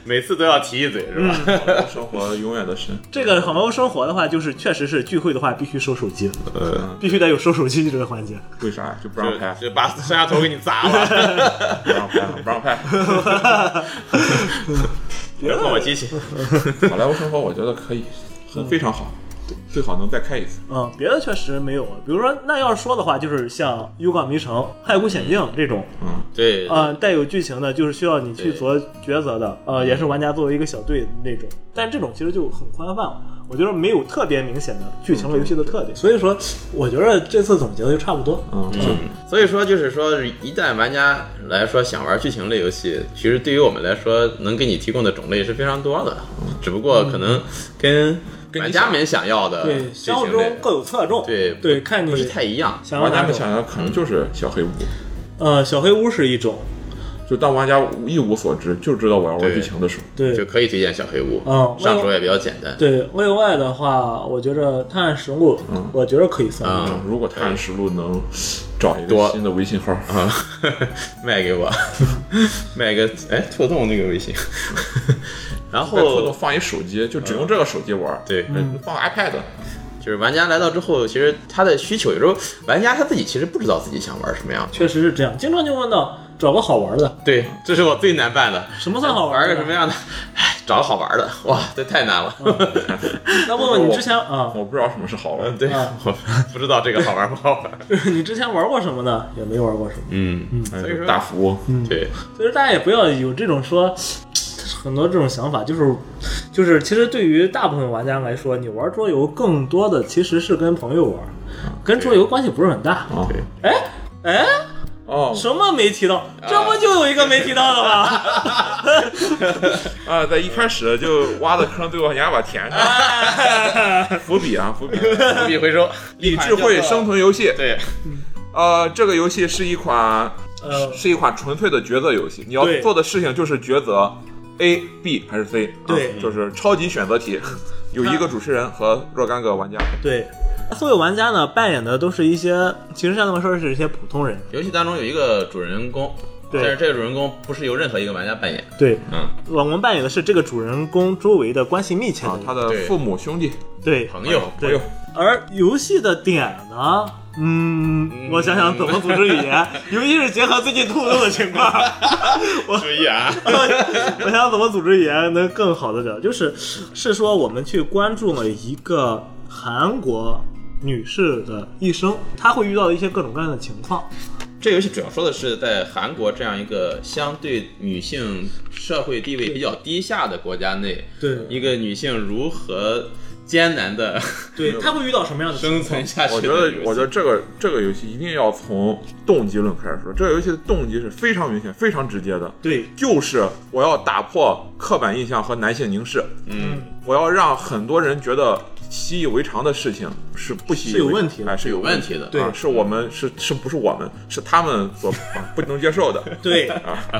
每次都要提一嘴是吧？
好莱坞生活永远的神。
这个好莱坞生活的话，就是确实是聚会的话，必须收手机，
呃，
必须得有收手机这个环节。
为啥就不让拍？
就把摄像头给你砸 了，
不让拍，不让拍。
别碰我机器。
好莱坞生活我觉得可以，很非常好，最好能再开一次。
嗯，别的确实没有啊。比如说，那要是说的话，就是像《幽港迷城》《骸骨险境》这种，
嗯，
对，
呃，带有剧情的，就是需要你去
对
做抉择的，呃，也是玩家作为一个小队那种。但这种其实就很宽泛了，我觉得没有特别明显的剧情类游戏的特点。所以说，我觉得这次总结的就差不多。
嗯，
所以说，就是说，一旦玩家来说想玩剧情类游戏，其实对于我们来说，能给你提供的种类是非常多的，只不过可能跟
跟
玩
你
家
想
们想要的
对，
剧
相互
情
中
呃类，
各有侧重。
对
对，看你
不是太一样。
想要
玩家
哪
们
种。
想要可能就是小黑屋，
呃，小黑屋是一种，
就当玩家一无所知，就知道我要玩
对
剧情的时候。
就
对，
可以推荐小黑屋，
嗯
上手也比较简单。
对。另外的话，我觉着《探案实录》，我觉着可以算一种。
嗯
如果探案实录能找一
多
个新的微信号，
啊， 卖给我，卖个哎，兔洞那个微信， 然
在桌上
后
放一手机，就只用这个手机玩。
哦对，
嗯，放 iPad，
就是玩家来到之后，其实他的需求有时候玩家他自己其实不知道自己想玩什么样。
确实是这样，经常就问到找个好玩的，
对，这是我最难办的，
什么算好
玩
的
个什么？样的？哎，找个好玩的，哇，这太难了。
那问问你之前啊，
哦
我不知道什么是好玩
嗯，。对，
啊
我不知道这个好玩不好玩。
你之前玩过什么呢？也没玩过什么，
嗯，
所
以说
大福，
对，
所以说大家也不要有这种说很多这种想法，就是就是其实对于大部分玩家来说，你玩桌游更多的其实是跟朋友玩，
啊
跟桌游关系不是很大。
啊，
对
哎哎，
哦
什么没提到？这不就有一个没提到的吗？
啊，在一开始就挖的坑对我牙把填上， 伏笔啊伏笔。
不必回收，
李智慧生存游戏，
对，
呃，这个游戏是一款
呃，
是一款纯粹的抉择游戏，你要
对
做的事情就是抉择 A、B 还是 C，啊
对
就是超级选择 题，有一个主持人和若干个玩家。啊
对，所有玩家呢扮演的都是一些，其实像他们说是一些普通人。
游戏当中有一个主人公，
对
但是这个主人公不是由任何一个玩家扮演，
对，
嗯，
我们扮演的是这个主人公周围的关系密切的
啊，
人。
他的
对
父母、兄弟、
对，
朋友，
朋友
对，而游戏的点呢，嗯，我想想怎么组织语言，尤其是结合最近兔兔的情况，
注意啊，
我想怎么组织语言能更好的聊，就是是说我们去关注了一个韩国女士的一生，她会遇到的一些各种各样的情况。
这游戏主要说的是在韩国这样一个相对女性社会地位比较低下的国家内，
对
一个女性如何艰难的
对，她会遇到什么样的
生存下去
我
的
觉
游
得
戏。，
我觉得这个这个游戏一定要从动机论开始说。这个游戏的动机是非常明显、非常直接的，
对，
就是我要打破刻板印象和男性凝视，
嗯，
我要让很多人觉得习以为常的事情是不习以
是有
为
问题的
哎，是有
有问题的
对
啊，是我们是是不是我们是他们所、啊、不能接受的。
对，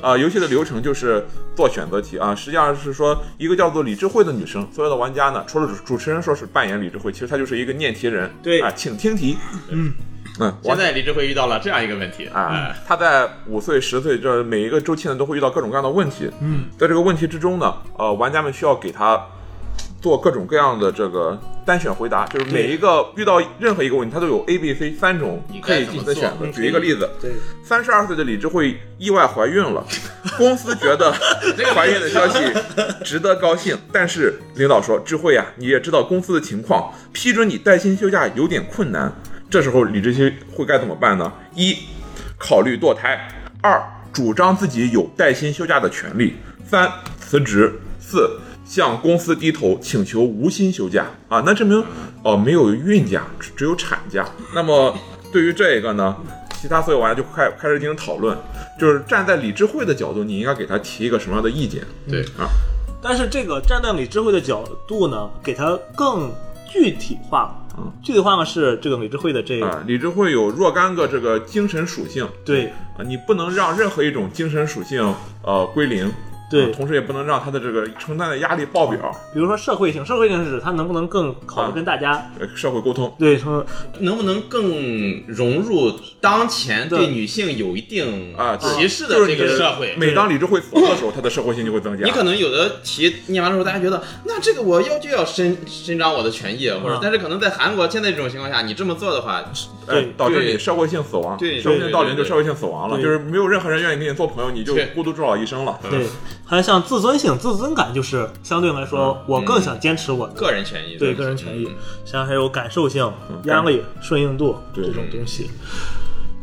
啊、游戏的流程就是做选择题啊，实际上是说一个叫做李智慧的女生，所有的玩家呢，除了主主持人说是扮演李智慧，其实她就是一个念题人，
对
啊、请听题，
嗯
嗯，我
现在李智慧遇到了这样一个问题，
啊
哎，
她在五岁、十岁这每一个周期呢，都会遇到各种各样的问题，
嗯，
在这个问题之中呢，呃，玩家们需要给她做各种各样的这个单选回答，就是每一个遇到任何一个问题，它都有 A、B、C 三种
你
可
该
以
怎
进
么
行的选择。
做
举一个例子，
对，
三十二岁的李智慧意外怀孕了，公司觉得这个怀孕的消息值得高兴，但是领导说：“智慧呀、啊你也知道公司的情况，批准你带薪休假有点困难。”这时候李智慧会该怎么办呢？一，考虑堕胎；二，主张自己有带薪休假的权利；三，辞职；四，向公司低头请求无薪休假啊，那证明哦、没有孕假，只只有产假。那么对于这个呢，其他所有玩家就开开始进行讨论，就是站在理智慧的角度，你应该给他提一个什么样的意见？
对
啊，
但是这个站在李智慧的角度呢，给她更具体化了。具体化呢是这个李智慧的这个、
啊，理智慧有若干个这个精神属性
对
啊，你不能让任何一种精神属性呃归零。
对
啊同时也不能让他的这个承担的压力爆表，
比如说社会性，社会性是指他能不能更好的跟大家、
呃社会沟通。
对说
能不能更融入当前对女性有一定
啊对
歧视
就
的
是
这
你
个社会？嗯
每当理智慧死的时候，他的社会性就会增加。哎
你可能有的题念完之后，大家觉得那这个我要就要伸伸张我的权益，啊
啊
或者但是可能在韩国现在这种情况下，你这么做的话，
哎
对，
导致
对
你社会性死亡，
对
社会性到
对
临就
对
社会性死亡了，
对
就是没有任何人愿意跟你做朋友，你就是孤独终老一生了。
对，还有像自尊性、自尊感，就是相对来说，我更想坚持我的
个人权益
对个人权益
嗯，
像还有感受性、压力、顺应度
对
这种东西，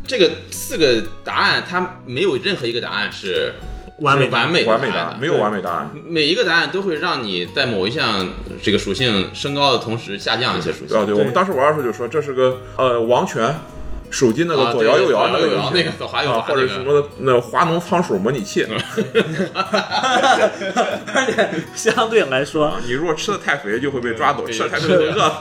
这个四个答案，它没有任何一个答案是
完美
是完美的
完美
答
答
案
案
的
没有完美答案，
每一个答案都会让你在某一项这个属性升高的同时下降一些属性。
啊，对，我们当时玩的时候就说这是个呃王权，手机那个左摇右摇
啊
那
对
个
左摇右摇
游戏
那个左滑右
啊，
滑
或者
那个
什么的那华农仓鼠模拟器，
而且相对来说，
你如果吃的太肥就会被抓走，
嗯对
吃的太多就会饿死。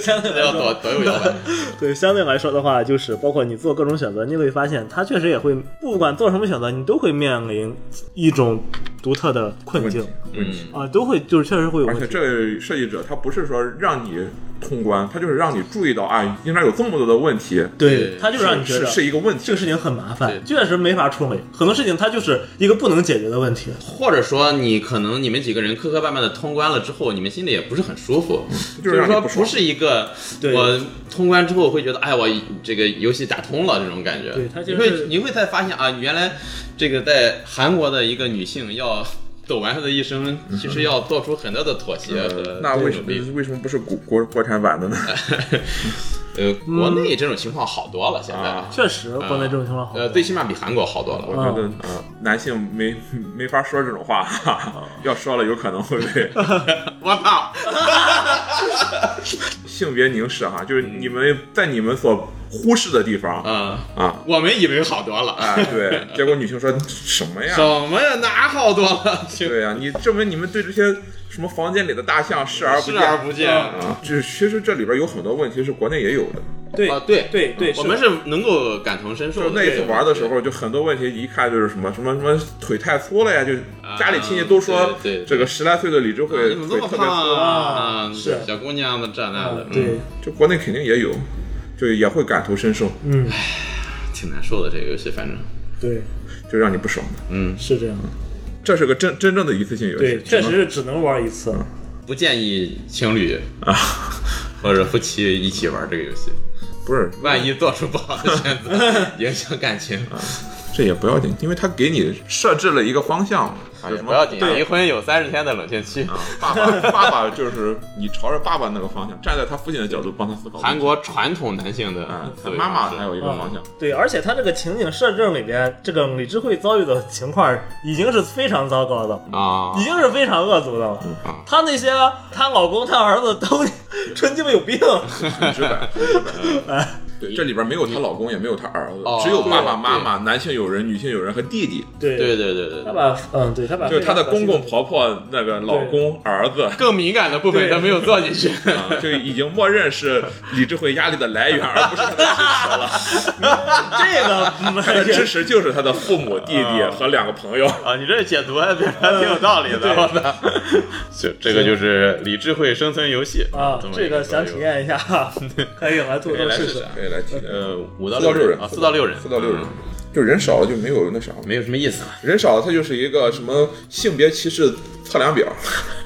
相对来
要
说，
左左右摇摆。
对相对来说的话，就是包括你做各种选择，你会发现，它确实也会，不管做什么选择，你都会面临一种独特的困境
嗯，
啊，都会就是确实会有
而
问
且
题，
这个设计者他不是说让你通关，他就是让你注意到啊，应该有这么多的问题，
对，它就让你觉
是
得
是一个问题
这。个事情很麻烦，
对
确实没法处理，很多事情它就是一个不能解决的问题。
或者说你可能你们几个人磕磕绊绊的通关了之后，你们心里也不是很舒服，
就
是
是让你
说
不爽
不是一个
对
我通关之后会觉得，哎，我这个游戏打通了这种感觉。
对它就
你会
是
你会才发现啊，原来这个在韩国的一个女性要走完她的一生，其实要做出很多的妥协和
那为什
努
么
力。
为什么不是国国国产版的呢？
呃，国内这种情况好多了，现在
嗯啊。
确实国内这种情况好。
呃，最起码比韩国好多
我
了。
嗯
觉得呃，男性没没法说这种话，哈
嗯
哈要说了有可能会被
我操！
性别凝视哈，就是你们在你们所忽视的地方
嗯，
啊，
我们以为好多了，
哎，对，结果女性说什么呀
什？么呀？哪好多了？就
对呀、你证明你们对这些什么房间里的大象视而不
视
见
而不见。
嗯
啊，就是其实这里边有很多问题是国内也有的，
对
啊，对
对对，
我们
是
是能够感同身受
就
的。
那一次玩的时候，就很多问题一看就是什么什么什么腿太粗了呀，就家里亲戚都说
啊对对
这个十来岁的李
对，
智慧
你怎么这
腿
么
特别
胖
粗，
啊？
啊
嗯
是
小姑娘的这那的
啊
的，，啊对
嗯，
就国内肯定也有，就也会感同身受，
嗯，
挺难受的这个游戏，反正
对，
就让你不爽的。
嗯，
是这样的。
这是个真真正的一次性游戏，
对，确
只
实
能
是只能玩一次。啊
不建议情侣
啊，
或者夫妻一起玩这个游戏，
不是，
万一做出不好的选 择，影响感情，
啊这也不要紧，因为他给你设置了一个方向嘛，啊，有什
不
么
要紧，
对
离婚有三十天的冷静期。
啊，爸爸， 爸爸就是你朝着爸爸那个方向，站在他父亲的角度帮他思考。
韩国传统男性的
啊，
思
他
维
妈妈
方式
还有一个方向，
对，而且他这个情景设置里边，这个李智慧遭遇的情况已经是非常糟糕的，
啊
已，经是非常恶毒的了。
啊
她那些她老公、她儿子都 纯鸡巴有病。
直 白。对，这里边没有她老公，也没有她儿子
哦，
只有爸爸妈妈、男性友人、女性友人和弟弟，
对
对对对对对。
他把嗯，对他把
就是她的公公、
非常
婆婆、那个老公、儿子，
更敏感的部分
对
他没有做进去，
啊就已经默认是李智慧压力的来源，而不是她的支持了。
这个
她的
嗯
支持就是她的父母、弟弟和两个朋友。
啊，你这解读还挺有道理的，我操！就这个 就是理智慧生存游戏
啊
这么，一
这个想体验一下，可以来吐
可以
槽
来
试
试
试
试。。
可以来提，啊
呃，五到
四到
六
六人
啊，四到六人，
四到六人，就人少了就没有那啥，
没有什么意思了。
人少了，它就是一个什么性别歧视测量表。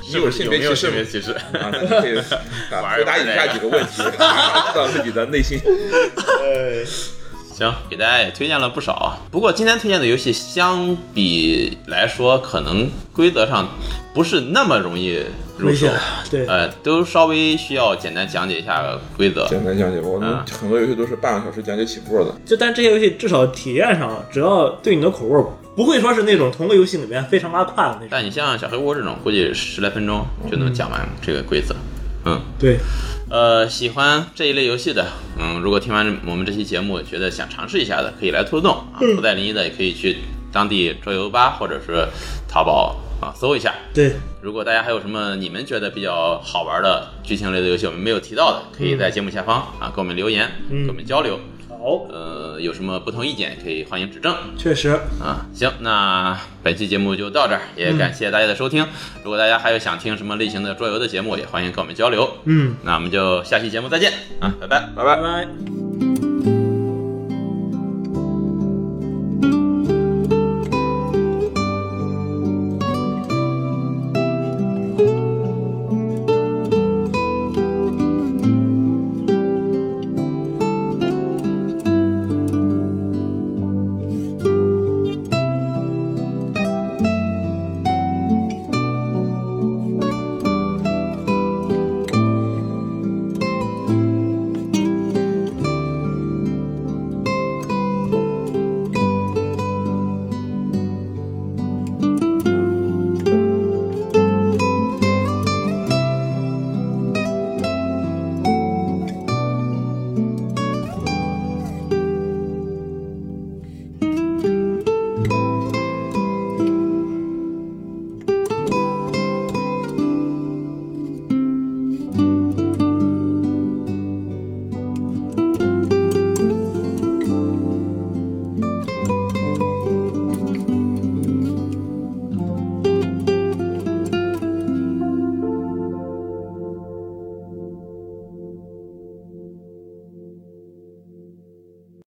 你有性
没
别
有
歧
性
视
别
吗？
歧视？
啊，那你可以啊回答以下几个问题，知道自己的内心。
行，给大家也推荐了不少啊。不过今天推荐的游戏相比来说，可能规则上不是那么容易入
危
手
险，，对，
呃，都稍微需要简单讲解一下规则。
简单讲解，我
嗯
们很多游戏都是半个小时讲解起步的。
就但这些游戏至少体验上，只要对你的口味儿不会说是那种同个游戏里面非常拉胯的那种。
但你像小黑屋这种，估计十来分钟就能讲完这个规则。嗯，
对，
呃，喜欢这一类游戏的，嗯，如果听完我们这期节目，觉得想尝试一下的，可以来兔子洞啊，不在临沂的也可以去当地桌游吧，或者是淘宝啊搜一下。
对，
如果大家还有什么你们觉得比较好玩的剧情类的游戏，我们没有提到的，可以在节目下方啊给我们留言，
嗯
跟我们交流。
好，
呃，有什么不同意见可以欢迎指正
确实，
啊。行，那本期节目就到这儿，也感谢大家的收听。如果大家还有想听什么类型的桌游的节目，也欢迎跟我们交流。
嗯，
那我们就下期节目再见啊，拜拜。
拜拜
拜。拜。